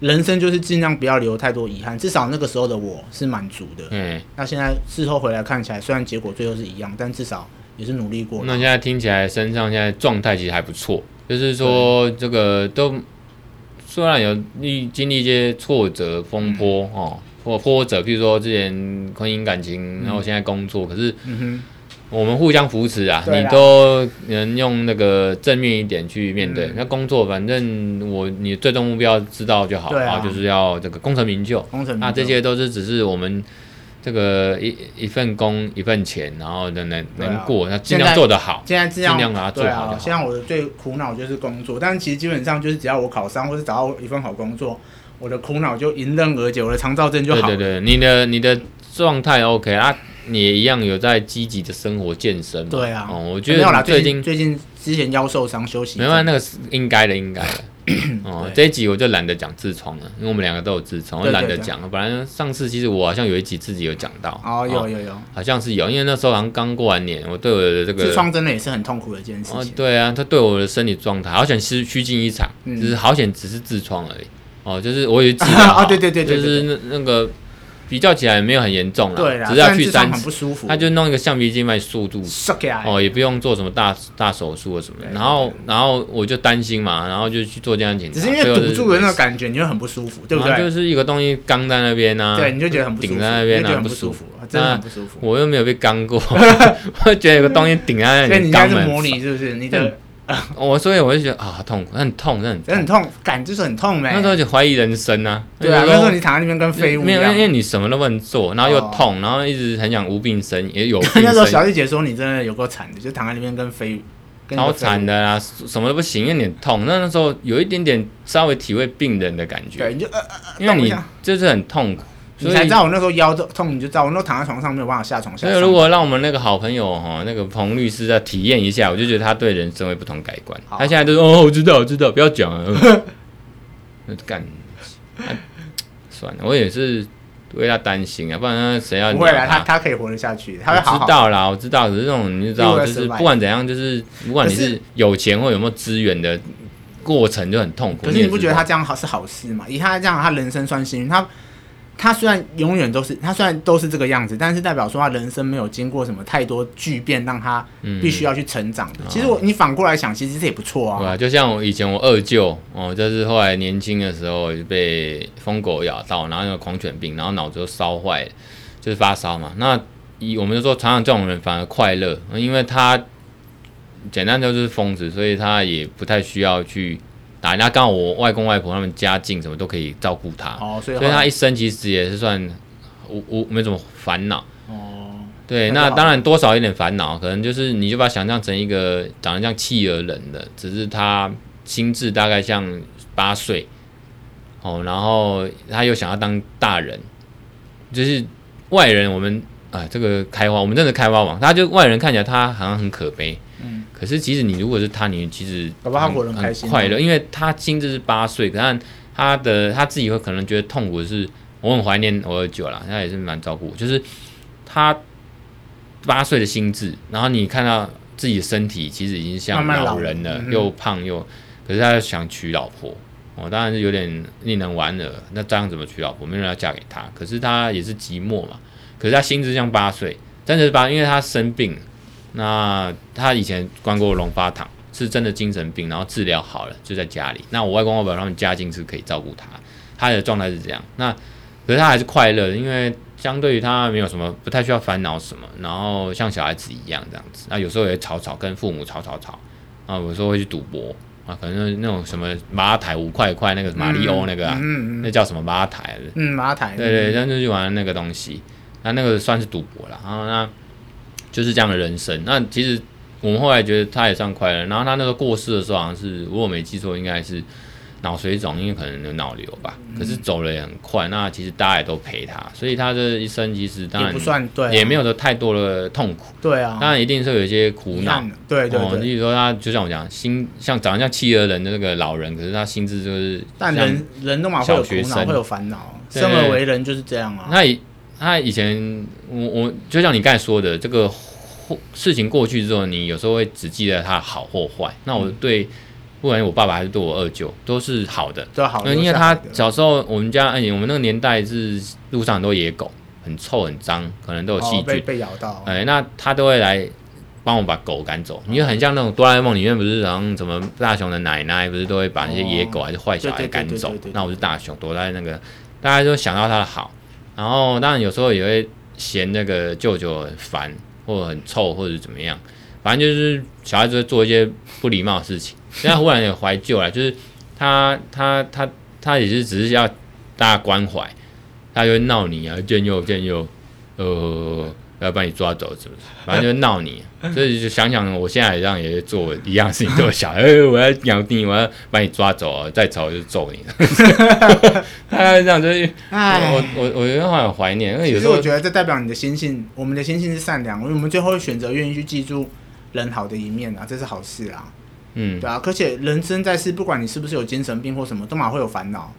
S2: 人生就是尽量不要留太多遗憾，至少那个时候的我是满足的。
S1: 嗯，
S2: 那现在事后回来看起来，虽然结果最后是一样，但至少也是努力过
S1: 那
S2: 了。
S1: 现在听起来身上现在状态其实还不错，就是说这个都虽然有历经历一些挫折风波、
S2: 嗯
S1: 哦，或波折，譬如说之前婚姻感情，然后现在工作，可是
S2: 嗯哼。
S1: 我们互相扶持啊，
S2: 对啦
S1: 你都能用那个正面一点去面
S2: 嗯
S1: 对。那工作，反正我你最终目标知道就好
S2: 对啊
S1: 就是要这个功成名就。
S2: 工程
S1: 那这些都是只是我们这个一一份工一份钱，然后能能
S2: 对啊
S1: 能过，那尽
S2: 现在
S1: 量做得好。
S2: 现在这样
S1: 尽量把它做好就好
S2: 对啊，现在我的最苦恼就是工作，但其实基本上就是只要我考上或是找到一份好工作，我的苦恼就迎刃而解，我的长照证就好
S1: 对
S2: 了。
S1: 对对，你的你的状态 OK 啊，你也一样有在积极的生活健身嘛。
S2: 对啊
S1: 哦，我觉
S2: 没有
S1: 得
S2: 啦，
S1: 你最
S2: 最
S1: 近
S2: 近最近之前腰受伤休息一
S1: 没
S2: 阵，
S1: 办法，那个是应该的，应该 的。哦，这一集我就懒得讲痔疮了，因为我们两个都有痔疮，我
S2: 对对
S1: 懒得讲了。本来上次其实我好像有一集自己有讲到，
S2: 哦，有有有，
S1: 好像是有，因为那时候好像刚过完年，我对我的这
S2: 痔
S1: 个，
S2: 疮真的也是很痛苦的一件事
S1: 哦，
S2: 情。
S1: 对啊，他对我的身体状态好险是虚惊一场，
S2: 嗯
S1: 只是好险只是痔疮而已。哦，就是我有治疗
S2: 啊
S1: 好，
S2: 对对对对
S1: 就
S2: 对
S1: 是那那个比较起来没有很严重
S2: 对
S1: 啦，哦
S2: 啦，
S1: 只是
S2: 虽
S1: 要
S2: 然
S1: 去
S2: 痔疮
S1: 三
S2: 很
S1: 次，
S2: 不舒服，
S1: 他就弄一个橡皮筋把你束住，
S2: 射起来。
S1: 哦，也不用做什么大大手术或什么的
S2: 对。
S1: 然后，然后我就担心嘛，然后就去做健康检查。
S2: 只是因为
S1: 最后
S2: 堵
S1: 就
S2: 住的那个感觉，你会很不舒服，对不
S1: 然后就
S2: 对？
S1: 是一个东西刚在那边呢、
S2: 对，你就觉得很不舒服，
S1: 顶在那边
S2: 你就觉
S1: 啊，
S2: 得很
S1: 不
S2: 不
S1: 服。
S2: 舒服，真的很不舒服。
S1: 我又没有被刚 过，我觉得有个东西顶在那
S2: 所以你
S1: 里
S2: 应
S1: 肛
S2: 该是
S1: 门。
S2: 模拟是不是？你的
S1: 我所以我就觉得啊，好痛，很痛，很
S2: 真的很
S1: 痛。
S2: 痛，感就是很痛欸呗。
S1: 那时候就怀疑人生啊，
S2: 对啊，
S1: 就
S2: 那
S1: 是
S2: 时
S1: 说
S2: 候你躺在那边跟废物一
S1: 没有，因为因
S2: 样。
S1: 为你什么都不能做，然后又
S2: 哦
S1: 痛，然后一直很想无病呻， 也有病
S2: 那时候
S1: 呻
S2: 小玉姐说你真的有够惨的，就躺在那边跟废物，跟一个
S1: 超
S2: 废物
S1: 惨的啦，什么都不行，因为你痛。那那时候有一点点稍微体会病人的感觉，
S2: 对，你就呃，
S1: 因为
S2: 动一
S1: 你
S2: 下
S1: 就是很痛苦，所
S2: 你才知
S1: 以
S2: 道我那时候腰痛，你就知道我那时候躺在床上没有办法下床下
S1: 所以
S2: 床。
S1: 如果让我们那个好朋友哈，那个彭律师再体验一下，我就觉得他对人生会不同改观。
S2: 好啊
S1: 他现在就是哦，我知道，我知道，不要讲了， 呃那干、啊算了，我也是为他担心啊，不然谁要
S2: 不
S1: 鸟
S2: 会啦，他
S1: 他
S2: 他可以活得下去，他
S1: 啊我
S2: 会好好
S1: 知。道啦，我知道，可是这种你就知道，
S2: You will
S1: 就是
S2: survive
S1: 不管怎样，就是不管你
S2: 可
S1: 是
S2: 是
S1: 有钱或有没有资源的过程就很痛苦。
S2: 可是
S1: 也
S2: 你不
S1: 知
S2: 觉得
S1: 道
S2: 他这样好是好事吗？以他这样，他人生算幸运。他他虽然永远都是他虽然都是这个样子，但是代表说他人生没有经过什么太多巨变，让他
S1: 嗯
S2: 必须要去成长的。其实我你反过来想，其实这也不错
S1: 啊对
S2: 啊。
S1: 啊，就像我以前我二舅哦，就是后来年轻的时候就被疯狗咬到，然后有狂犬病，然后脑子就烧坏了，就是发烧嘛。那以我们就说，常常这种人反而快乐，因为他简单就是疯子，所以他也不太需要去打人家。刚好我外公外婆他们家境什么都可以照顾他，
S2: 哦，所以
S1: 所
S2: 后
S1: 以他
S2: 来
S1: 一生其实也是算无无没怎么烦恼。
S2: 哦，
S1: 对，
S2: 那就
S1: 那
S2: 好
S1: 当然多少有点烦恼，可能就是你就把它想象成一个长得像企鹅人的，只是他心智大概像八岁，哦，然后他又想要当大人，就是外人我们啊这个开花，我们真的开花王，他就外人看起来他好像很可悲，
S2: 嗯，
S1: 可是其实你如果是他，你其实
S2: 搞不好他
S1: 很
S2: 活得很开心啊
S1: 快乐，因为他心智是八岁，可是他的他自己会可能觉得痛苦的是，我很怀念我二舅啦，他也是蛮照顾我，就是他八岁的心智，然后你看到自己的身体其实已经像
S2: 慢慢
S1: 老
S2: 老
S1: 人了，
S2: 嗯哼
S1: 又胖又，可是他又想娶老婆。哦，当然是有点令人玩了。那这样怎么娶老婆？没有人要嫁给他，可是他也是寂寞嘛。可是他心智像八岁，真的是八，因为他生病了那他以前关过龙发堂，是真的精神病，然后治疗好了就在家里。那我外公外婆他们家境是可以照顾他，他的状态是这样。那可是他还是快乐的，因为相对于他没有什么不太需要烦恼什么，然后像小孩子一样这样子。那有时候也吵吵，跟父母吵吵吵啊，有时候会去赌博啊，可能那种什么马台五块一块那个马里欧那个、啊，
S2: 嗯嗯嗯
S1: 那叫什么马台？
S2: 嗯，马台，
S1: 对对，但就是玩那个东西，那那个算是赌博了。然后那就是这样的人生。那其实我们后来觉得他也算快乐。然后他那时候过世的时候，好像是如果我没记错，应该是脑水肿，因为可能有脑瘤吧。
S2: 嗯
S1: 可是走了也很快，那其实大家也都陪他，所以他这一生其实当
S2: 也
S1: 然
S2: 不算对啊，
S1: 也没有说太多的痛苦，
S2: 对啊，
S1: 当然一定是有一些苦
S2: 遗
S1: 恼
S2: 憾。的，对对
S1: 哦，
S2: 对，
S1: 例如说他就像我讲，心像长得像企鹅人的那个老人，可是他心智就是
S2: 但
S1: 像
S2: 人人都嘛会有
S1: 小学
S2: 苦恼，
S1: 生
S2: 会有烦恼，
S1: 对
S2: 生而为人就是这样啊。
S1: 他以他以前，我我就像你刚才说的，这个后事情过去之后，你有时候会只记得他的好或坏。那
S2: 嗯
S1: 我对，不管我爸爸还是对我二舅，都是好的。
S2: 对，啊好，
S1: 那因为
S2: 留下
S1: 他
S2: 来的
S1: 小时候，我们家哎，我们那个年代是路上很多野狗，很臭很脏，可能都有细
S2: 哦被
S1: 菌。
S2: 被咬到，
S1: 哎，那他都会来帮我把狗赶走，因为很像那种哆啦 A 梦里面不是，然后什么大雄的奶奶不是都会把那些野
S2: 哦
S1: 狗还是坏小孩赶走
S2: 对对对对对对。
S1: 那我是大雄，躲在那个，大家就想到他的好，然后当然有时候也会嫌那个舅舅很烦，或者很臭，或者怎么样，反正就是小孩子会做一些不礼貌的事情。现在忽然也怀旧了，就是他他他他也是只是要大家关怀，他就会闹你啊，见右见右，呃，要把你抓走是不是？反正就闹 你，所以就想想我现在这样也是做一样的事情，对我小孩，哎，我要咬你，我要把你抓走啊，再吵就 揍你。大概是这样，就是我
S2: 哎。
S1: 我我我有点很怀念，因为有
S2: 其
S1: 时
S2: 实
S1: 候
S2: 我觉得这代表你的心性，我们的心性是善良，因为我们最后会选择愿意去记住人好的一面啊，这是好事啊，
S1: 嗯
S2: 对啊。而且人生在世，不管你是不是有精神病或什么，都嘛会有烦恼，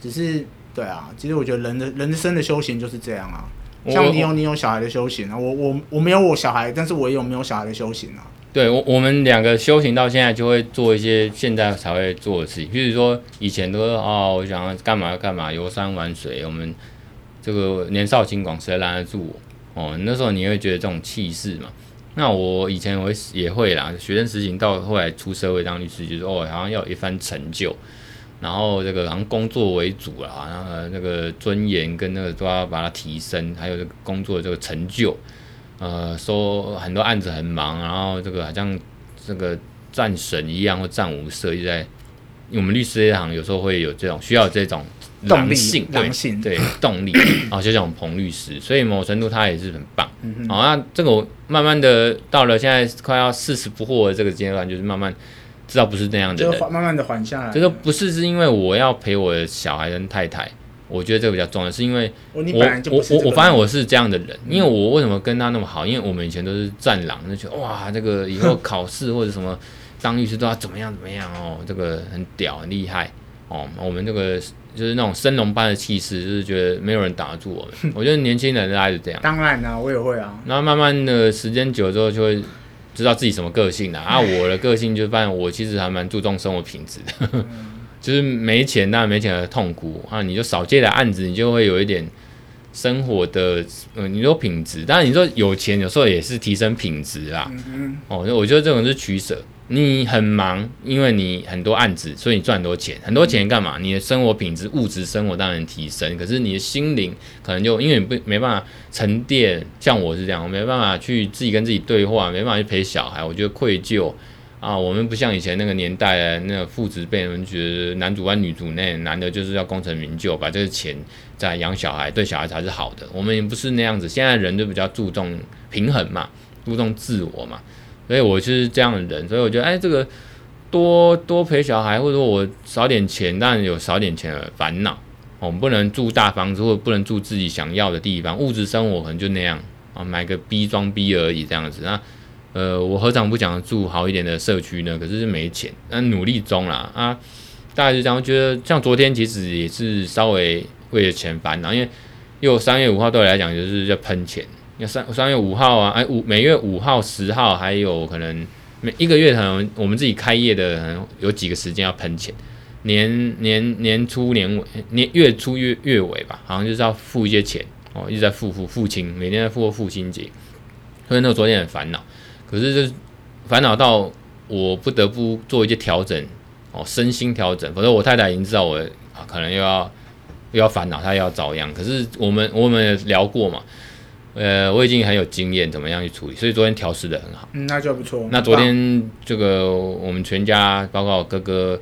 S2: 只是对啊。其实我觉得人的人生的修行就是这样啊，
S1: 我
S2: 像
S1: 我
S2: 你有你有小孩的修行啊，我我我没有我小孩，但是我也有没有小孩的修行啊。
S1: 对我，我们两个修行到现在，就会做一些现在才会做的事情，比如说以前都是哦，我想要干嘛干嘛，游山玩水。我们这个年少轻狂，谁拦得住我？哦，那时候你会觉得这种气势嘛。那我以前我会也会啦，学生时期到后来出社会当律师，就是哦，好像要有一番成就，然后这个好像工作为主啦，然后那个尊严跟那个都要把它提升，还有这个工作的这个成就，呃，说很多案子很忙，然后这个好像这个战神一样或战无赦，一直在我们律师这行有时候会有这种需要这种
S2: 动
S1: 狼
S2: 力
S1: 性，对
S2: 狼性
S1: 对动力，然后就像我们彭律师，所以某程度他也是很棒。
S2: 嗯哼。
S1: 好、那这个我慢慢的到了现在快要四十不惑的这个阶段，就是慢慢知道不是那样的
S2: 就
S1: 人，
S2: 缓慢慢的缓下来。
S1: 就是不是是因为我要陪我的小孩跟太太，我觉得这个比较重要，是因为
S2: 我哦你
S1: 我
S2: 本来就
S1: 我
S2: 不是
S1: 我
S2: 这
S1: 我
S2: 个
S1: 发现
S2: 人
S1: 我是这样的人，因为我为什么跟他那么好？因为我们以前都是战狼，就觉得哇，这个以 后考试或者什么当律师都要怎么样怎么样哦，这个很屌很厉害哦。我们这个就是那种升龙般的气势，就是觉得没有人打得住我 们。我觉得年轻人大概是这样。
S2: 当然啦、我也会啊。
S1: 然后慢慢的时间久了之后，就会知道自己什么个性啦。啊，我的个性就发现我其实还蛮注重生活品质的， 就是没钱当然没钱的痛苦啊，你就少接点案子，你就会有一点生活的，呃，你说品质，当然你说有钱有时候也是提升品质啦。
S2: 嗯嗯，
S1: 哦，我觉得这种是取舍。你很忙，因为你很多案子，所以你赚很多钱。很多钱干嘛？你的生活品质、物质生活当然提升，可是你的心灵可能就因为你不没办法沉淀。像我是这样，我啊没办法去自己跟自己对话，没办法去陪小孩，我觉得愧疚啊。我们不像以前那个年代的那个父职辈，我们觉得男主外女主内，男的就是要功成名就，把这个钱再养小孩，对小孩才是好的。我们也不是那样子，现在人就比较注重平衡嘛，注重自我嘛。所以我就是这样的人，所以我觉得，哎，这个多多陪小孩，或者说我少点钱，但有少点钱的烦恼。哦我们不能住大房子，或者不能住自己想要的地方，物质生活可能就那样啊，买个逼装逼而已这样子。那呃，我何尝不想住好一点的社区呢？可是没钱，那、努力中啦啊，大概就这样。我觉得像昨天其实也是稍微为了钱烦恼，因为又三月五号对我来讲就是要喷钱。那三三月五号啊，哎五每月五号、十号，还有可能每一个月可能我们自己开业的，可能有几个时间要喷钱，年年年初、年尾、年月初月、月尾吧，好像就是要付一些钱哦，一直在付付付清，每天在付父亲节，所以那我昨天很烦恼，可是就是烦恼到我不得不做一些调整哦，身心调整，否则我太太已经知道我啊可能又要又要烦恼，她又要遭殃，可是我们我们也聊过嘛。呃，我已经很有经验，怎么样去处理，所以昨天调试的很好。
S2: 嗯，那就不错。
S1: 那昨天这个我们全家，包括我哥哥、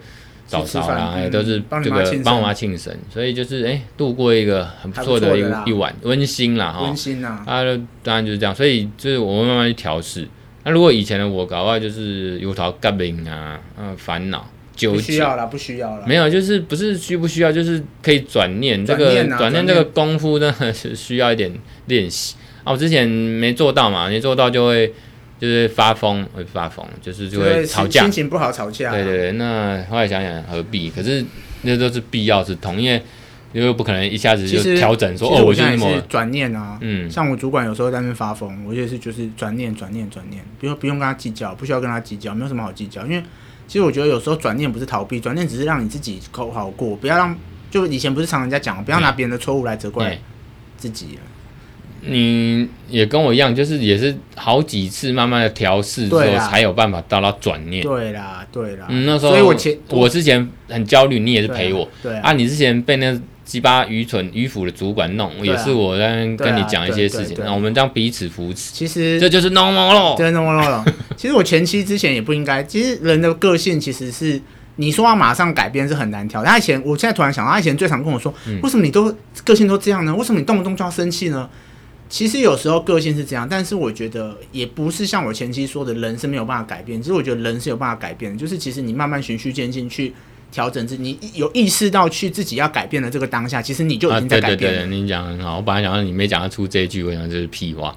S1: 嫂嫂
S2: 去吃
S1: 啦
S2: 饭，
S1: 哎都是
S2: 嗯帮你
S1: 这
S2: 妈庆
S1: 个
S2: 生
S1: 帮我妈庆生，所以就是哎度过一个很不错
S2: 还
S1: 的
S2: 不
S1: 一
S2: 错的啦
S1: 一晚，温馨啦
S2: 棒
S1: 哈
S2: 温。馨啊，
S1: 啊，当然就是这样，所以就是我们慢慢去调试。那如果以前的我，搞不好就是油桃革命啊，嗯、烦恼纠
S2: 不需
S1: 结。
S2: 要啦，不需要啦。
S1: 没有，就是不是需不需要，就是可以转念这
S2: 转
S1: 个
S2: 念啊
S1: 转
S2: 转
S1: 念这个功夫呢，是需要一点练习啊。我之前没做到嘛，没做到就会就是发疯，会发疯，就是就会
S2: 对
S1: 吵
S2: 心
S1: 架
S2: 心。情不好吵架啊。
S1: 对对对，那后来想想何必？可是那都是必要之痛，因为因为不可能一下子就
S2: 其实
S1: 调整说
S2: 其
S1: 哦，
S2: 实
S1: 我
S2: 我
S1: 就
S2: 现在
S1: 这
S2: 也
S1: 么
S2: 是转念啊，
S1: 嗯
S2: 像我主管有时候在那边发疯，我也是就是转念转念转念，不用不用跟他计较，不需要跟他计较，没有什么好计较，因为其实我觉得有时候转念不是逃避，转念只是让你自己够好过，不要让就以前不是常人家讲，不要拿别人的错误来责怪
S1: 对
S2: 自己啊，
S1: 哎你也跟我一样，就是也是好几次慢慢的调试之后
S2: 对，啊啦
S1: 才有办法到达转念。
S2: 对啦对啦，
S1: 嗯，那时候
S2: 啊所以我前
S1: 我之前很焦虑，你也是陪我
S2: 对啊
S1: 啊。你之前被那鸡巴愚蠢迂腐的主管弄，
S2: 对
S1: 也
S2: 啊
S1: 是我在那边跟你讲一些事
S2: 对啊对
S1: 情
S2: 对，对
S1: 那我们这样彼此扶持，
S2: 其实
S1: 这就是哦 normal 咯。
S2: 真的我 懂了。其实我前期之前也不应该，其实人的个性其实是你说要马上改变是很难调。他以前，我现在突然想到，他以前最常跟我说，
S1: 嗯
S2: 为什么你都个性都这样呢？为什么你动不动就要生气呢？其实有时候个性是这样，但是我觉得也不是像我前期说的，人是没有办法改变。其实我觉得人是有办法改变的，就是其实你慢慢循序渐进去调整自己，你有意识到去自己要改变的这个当下，其实你就已
S1: 啊，
S2: 经
S1: 对
S2: 在
S1: 对
S2: 改变
S1: 对，
S2: 了。
S1: 对你讲得很好。我本来想让你没讲得出这一句，我想这是屁话，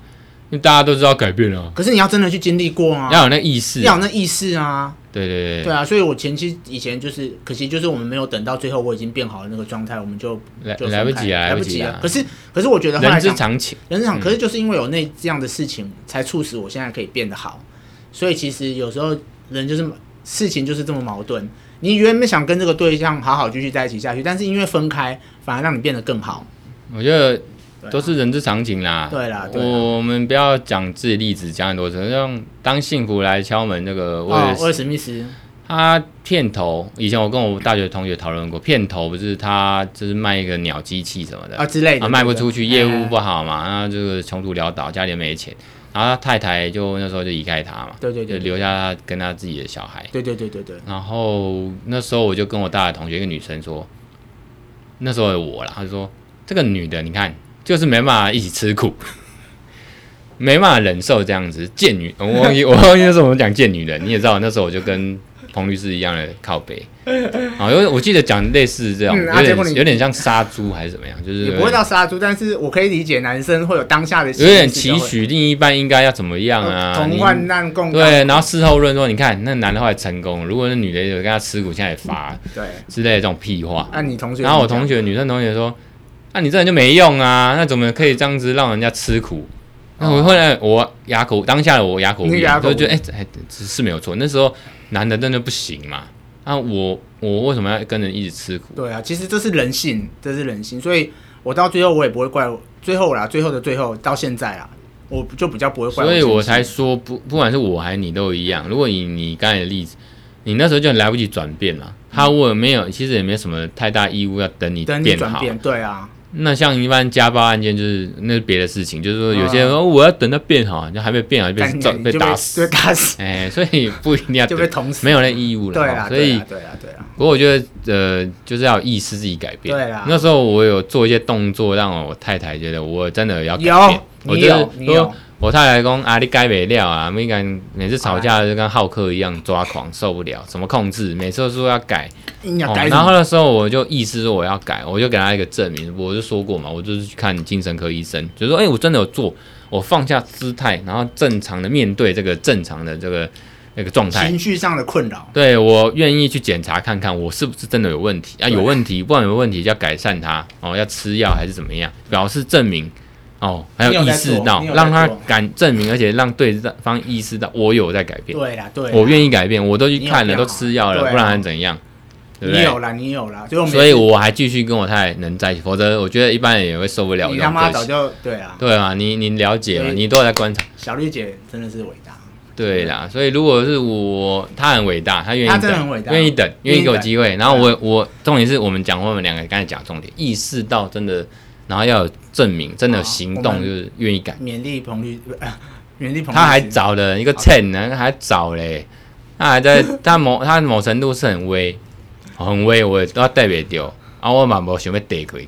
S1: 因为大家都知道改变了，
S2: 可是你要真的去经历过啊，
S1: 要有那意识。
S2: 要有那意识啊。
S1: 对对
S2: 对
S1: 对，
S2: 啊，所以我前期以前就是，可惜就是我们没有等到最后我已经变好的那个状态，我们就
S1: 来
S2: 就
S1: 来不
S2: 分开
S1: 及啊，
S2: 来
S1: 不
S2: 及
S1: 及啊。。
S2: 啊可是可是我觉得后来
S1: 人之
S2: 想，
S1: 常情，
S2: 人之常，可是就是因为有那这样的事情，才促使我现在可以变得好。所以其实有时候人就是事情就是这么矛盾。你原本想跟这个对象好好继续在一起下去，但是因为分开，反而让你变得更好。
S1: 我觉得
S2: 对啊
S1: 都是人之常情啦。
S2: 对啦对啦
S1: 我我们不要讲自己例子讲很多次，像当幸福来敲门那个威
S2: 哦
S1: 尔，
S2: 威
S1: 史，
S2: 尔史密斯，
S1: 他片头以前我跟我大学同学讨论过，片头不是他就是卖一个鸟机器什么的
S2: 啊之类的
S1: 卖不
S2: 对对
S1: 出去，业务
S2: 哎
S1: 不好嘛，然后就是穷途潦倒，家里也没钱，然后他太太就那时候就离开他嘛，
S2: 对对对
S1: 就
S2: 对
S1: 留下他跟他自己的小孩。
S2: 对对对对对，
S1: 然后那时候我就跟我大学同学一个女生说，那时候的我啦，她就说这个女的你看就是没办法一起吃苦， 没办法忍受这样子贱女，我忘记 我忘记那时候我们讲贱女人，你也知道那时候我就跟彭律师一样的靠背，啊，因为我记得讲类似这种，
S2: 嗯啊
S1: 有
S2: 结果
S1: 点
S2: 你
S1: 有点像杀猪还是怎么样，就是
S2: 也不会到杀猪，但是我可以理解男生会有当下的
S1: 有点
S2: 心理
S1: 期
S2: 时
S1: 许另一半应该要怎么样
S2: 候会
S1: 啊，
S2: 哦同
S1: 你
S2: 患难共当
S1: 对，然后事后论说，你看那男的后来成功了，如果那女的有跟他吃苦，现在也发
S2: 对。
S1: 之类的这种屁话。
S2: 那、你同学？
S1: 然后我同学女生同学说：“那、你这人就没用啊，那怎么可以这样子让人家吃苦？”那我后来我哑口，当下的我哑口无
S2: 哦你
S1: 言，
S2: 哑口
S1: 就觉
S2: 无
S1: 得哎、这哎这是没有错。那时候男的真的不行嘛，那、我我为什么要跟人一直吃苦？
S2: 对啊，其实这是人性，这是人性，所以我到最后我也不会怪我最后啦，最后的最后到现在啦，我就比较不会怪
S1: 所以
S2: 自己
S1: 我才说不，不管是我还是你都一样。如果以你刚才的例子，你那时候就来不及转变了。他我也没有，其实也没什么太大义务要等你
S2: 嗯等你
S1: 变
S2: 转
S1: 好。
S2: 变，对啊，
S1: 那像一般家暴案件，就是那是别的事情，就是说有些人
S2: 嗯
S1: 说、哦我要等他变好，就还没变好就被
S2: 但
S1: 揍
S2: 你
S1: 被
S2: 就
S1: 打死，
S2: 对，打死
S1: 哎、所以不一定要
S2: 就
S1: 等
S2: 被捅死，
S1: 没有那义务了
S2: 对
S1: 哈，
S2: 啦，
S1: 所
S2: 对啊
S1: 以
S2: 啦，对啦，对啦，
S1: 不过我觉得呃就是要有意识自己改变。
S2: 对啦
S1: 那时候我有做一些动作，让我太太觉得我真的要改变
S2: 有。
S1: 我
S2: 你
S1: 觉
S2: 有
S1: 得
S2: 你
S1: 说
S2: 有，
S1: 我太太讲啊，你改不了啊，每敢每次吵
S2: 啊
S1: 架就跟浩克一样抓狂，受不了，怎么控制，每次都说要改，
S2: 你要
S1: 哦
S2: 改什
S1: 然
S2: 么？
S1: 后那时候我就意思说我要改，我就给他一个证明，我就说过嘛，我就是去看精神科医生，就说哎、我真的有做，我放下姿态，然后正常的面对这个正常的这个那个状态。
S2: 情绪上的困扰，
S1: 对我愿意去检查看看，我是不是真的有问题啊？
S2: 对
S1: 有问题，不然有问题就要改善它哦，要吃药还是怎么样？表示证明哦，还
S2: 你有
S1: 意
S2: 在
S1: 识
S2: 做
S1: 到
S2: 你有在
S1: 让他
S2: 做
S1: 敢证明，而且让对方意识到我有在改变，
S2: 对啦，对啦，
S1: 我愿意改变，我都去
S2: 你有
S1: 看了，
S2: 变
S1: 都
S2: 好
S1: 吃药了，
S2: 对啊
S1: 不然还怎样？对不对？
S2: 你有啦，你有啦，所以我们
S1: 所以我还继续跟我太太能在一起，否则我觉得一般人也会受不了
S2: 你
S1: 这
S2: 他
S1: 种
S2: 妈
S1: 个
S2: 早
S1: 性。
S2: 就对啊，
S1: 对啊，你你了解嘛？
S2: 对
S1: 你都有在观察。
S2: 小绿姐真的是伟大，
S1: 对啦，所以如果是我，他很伟大，他愿意
S2: 他
S1: 等，
S2: 真的很伟大
S1: 愿意等，
S2: 愿意
S1: 愿意给我
S2: 等啊
S1: 机会。然后我我重点是我们讲我们两个刚才讲重点，意识到真的，然后要有证明，真的有
S2: 好
S1: 行
S2: 哦我
S1: 动，
S2: 们
S1: 就是愿意改。
S2: 勉励彭律，不是呃勉励彭律师，
S1: 他还早了一个 ten 呢，还早嘞，他还 在，他某他某哦程度是很微，很微，我也都要代表掉，啊，我嘛无想要带过去，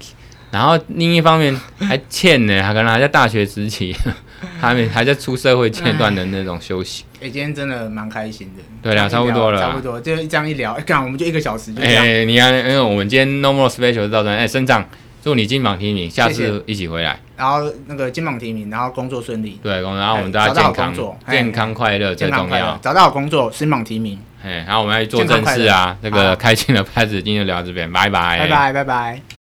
S1: 然后另一方面还欠呢，还可能还在大学时期， 还没还在出社会阶段的那种休息。
S2: 哎、今天真的蛮开心的。
S1: 对啦
S2: 这样一
S1: 差不
S2: 聊
S1: 多了啦
S2: 差不多，就这样一聊，干、我们就一个小时就这
S1: 哎、
S2: 样。
S1: 你看，因为我们今天 No More Special 就到这边，哎、生长，祝你金榜题名，下
S2: 谢
S1: 次一起回来。
S2: 然后那个金榜题名，然后工作顺利，
S1: 对，然后我们大
S2: 哎
S1: 家
S2: 找到
S1: 健
S2: 好工
S1: 康
S2: 作、哎
S1: 健康快乐最
S2: 健康
S1: 重
S2: 快乐
S1: 要，。
S2: 找到好工作，金榜题名。
S1: 哎，然后我们要去做
S2: 健康
S1: 正
S2: 快
S1: 事
S2: 乐
S1: 啊，这
S2: 好
S1: 个开心的拍子今天就聊到这边，拜拜，
S2: 拜拜拜拜。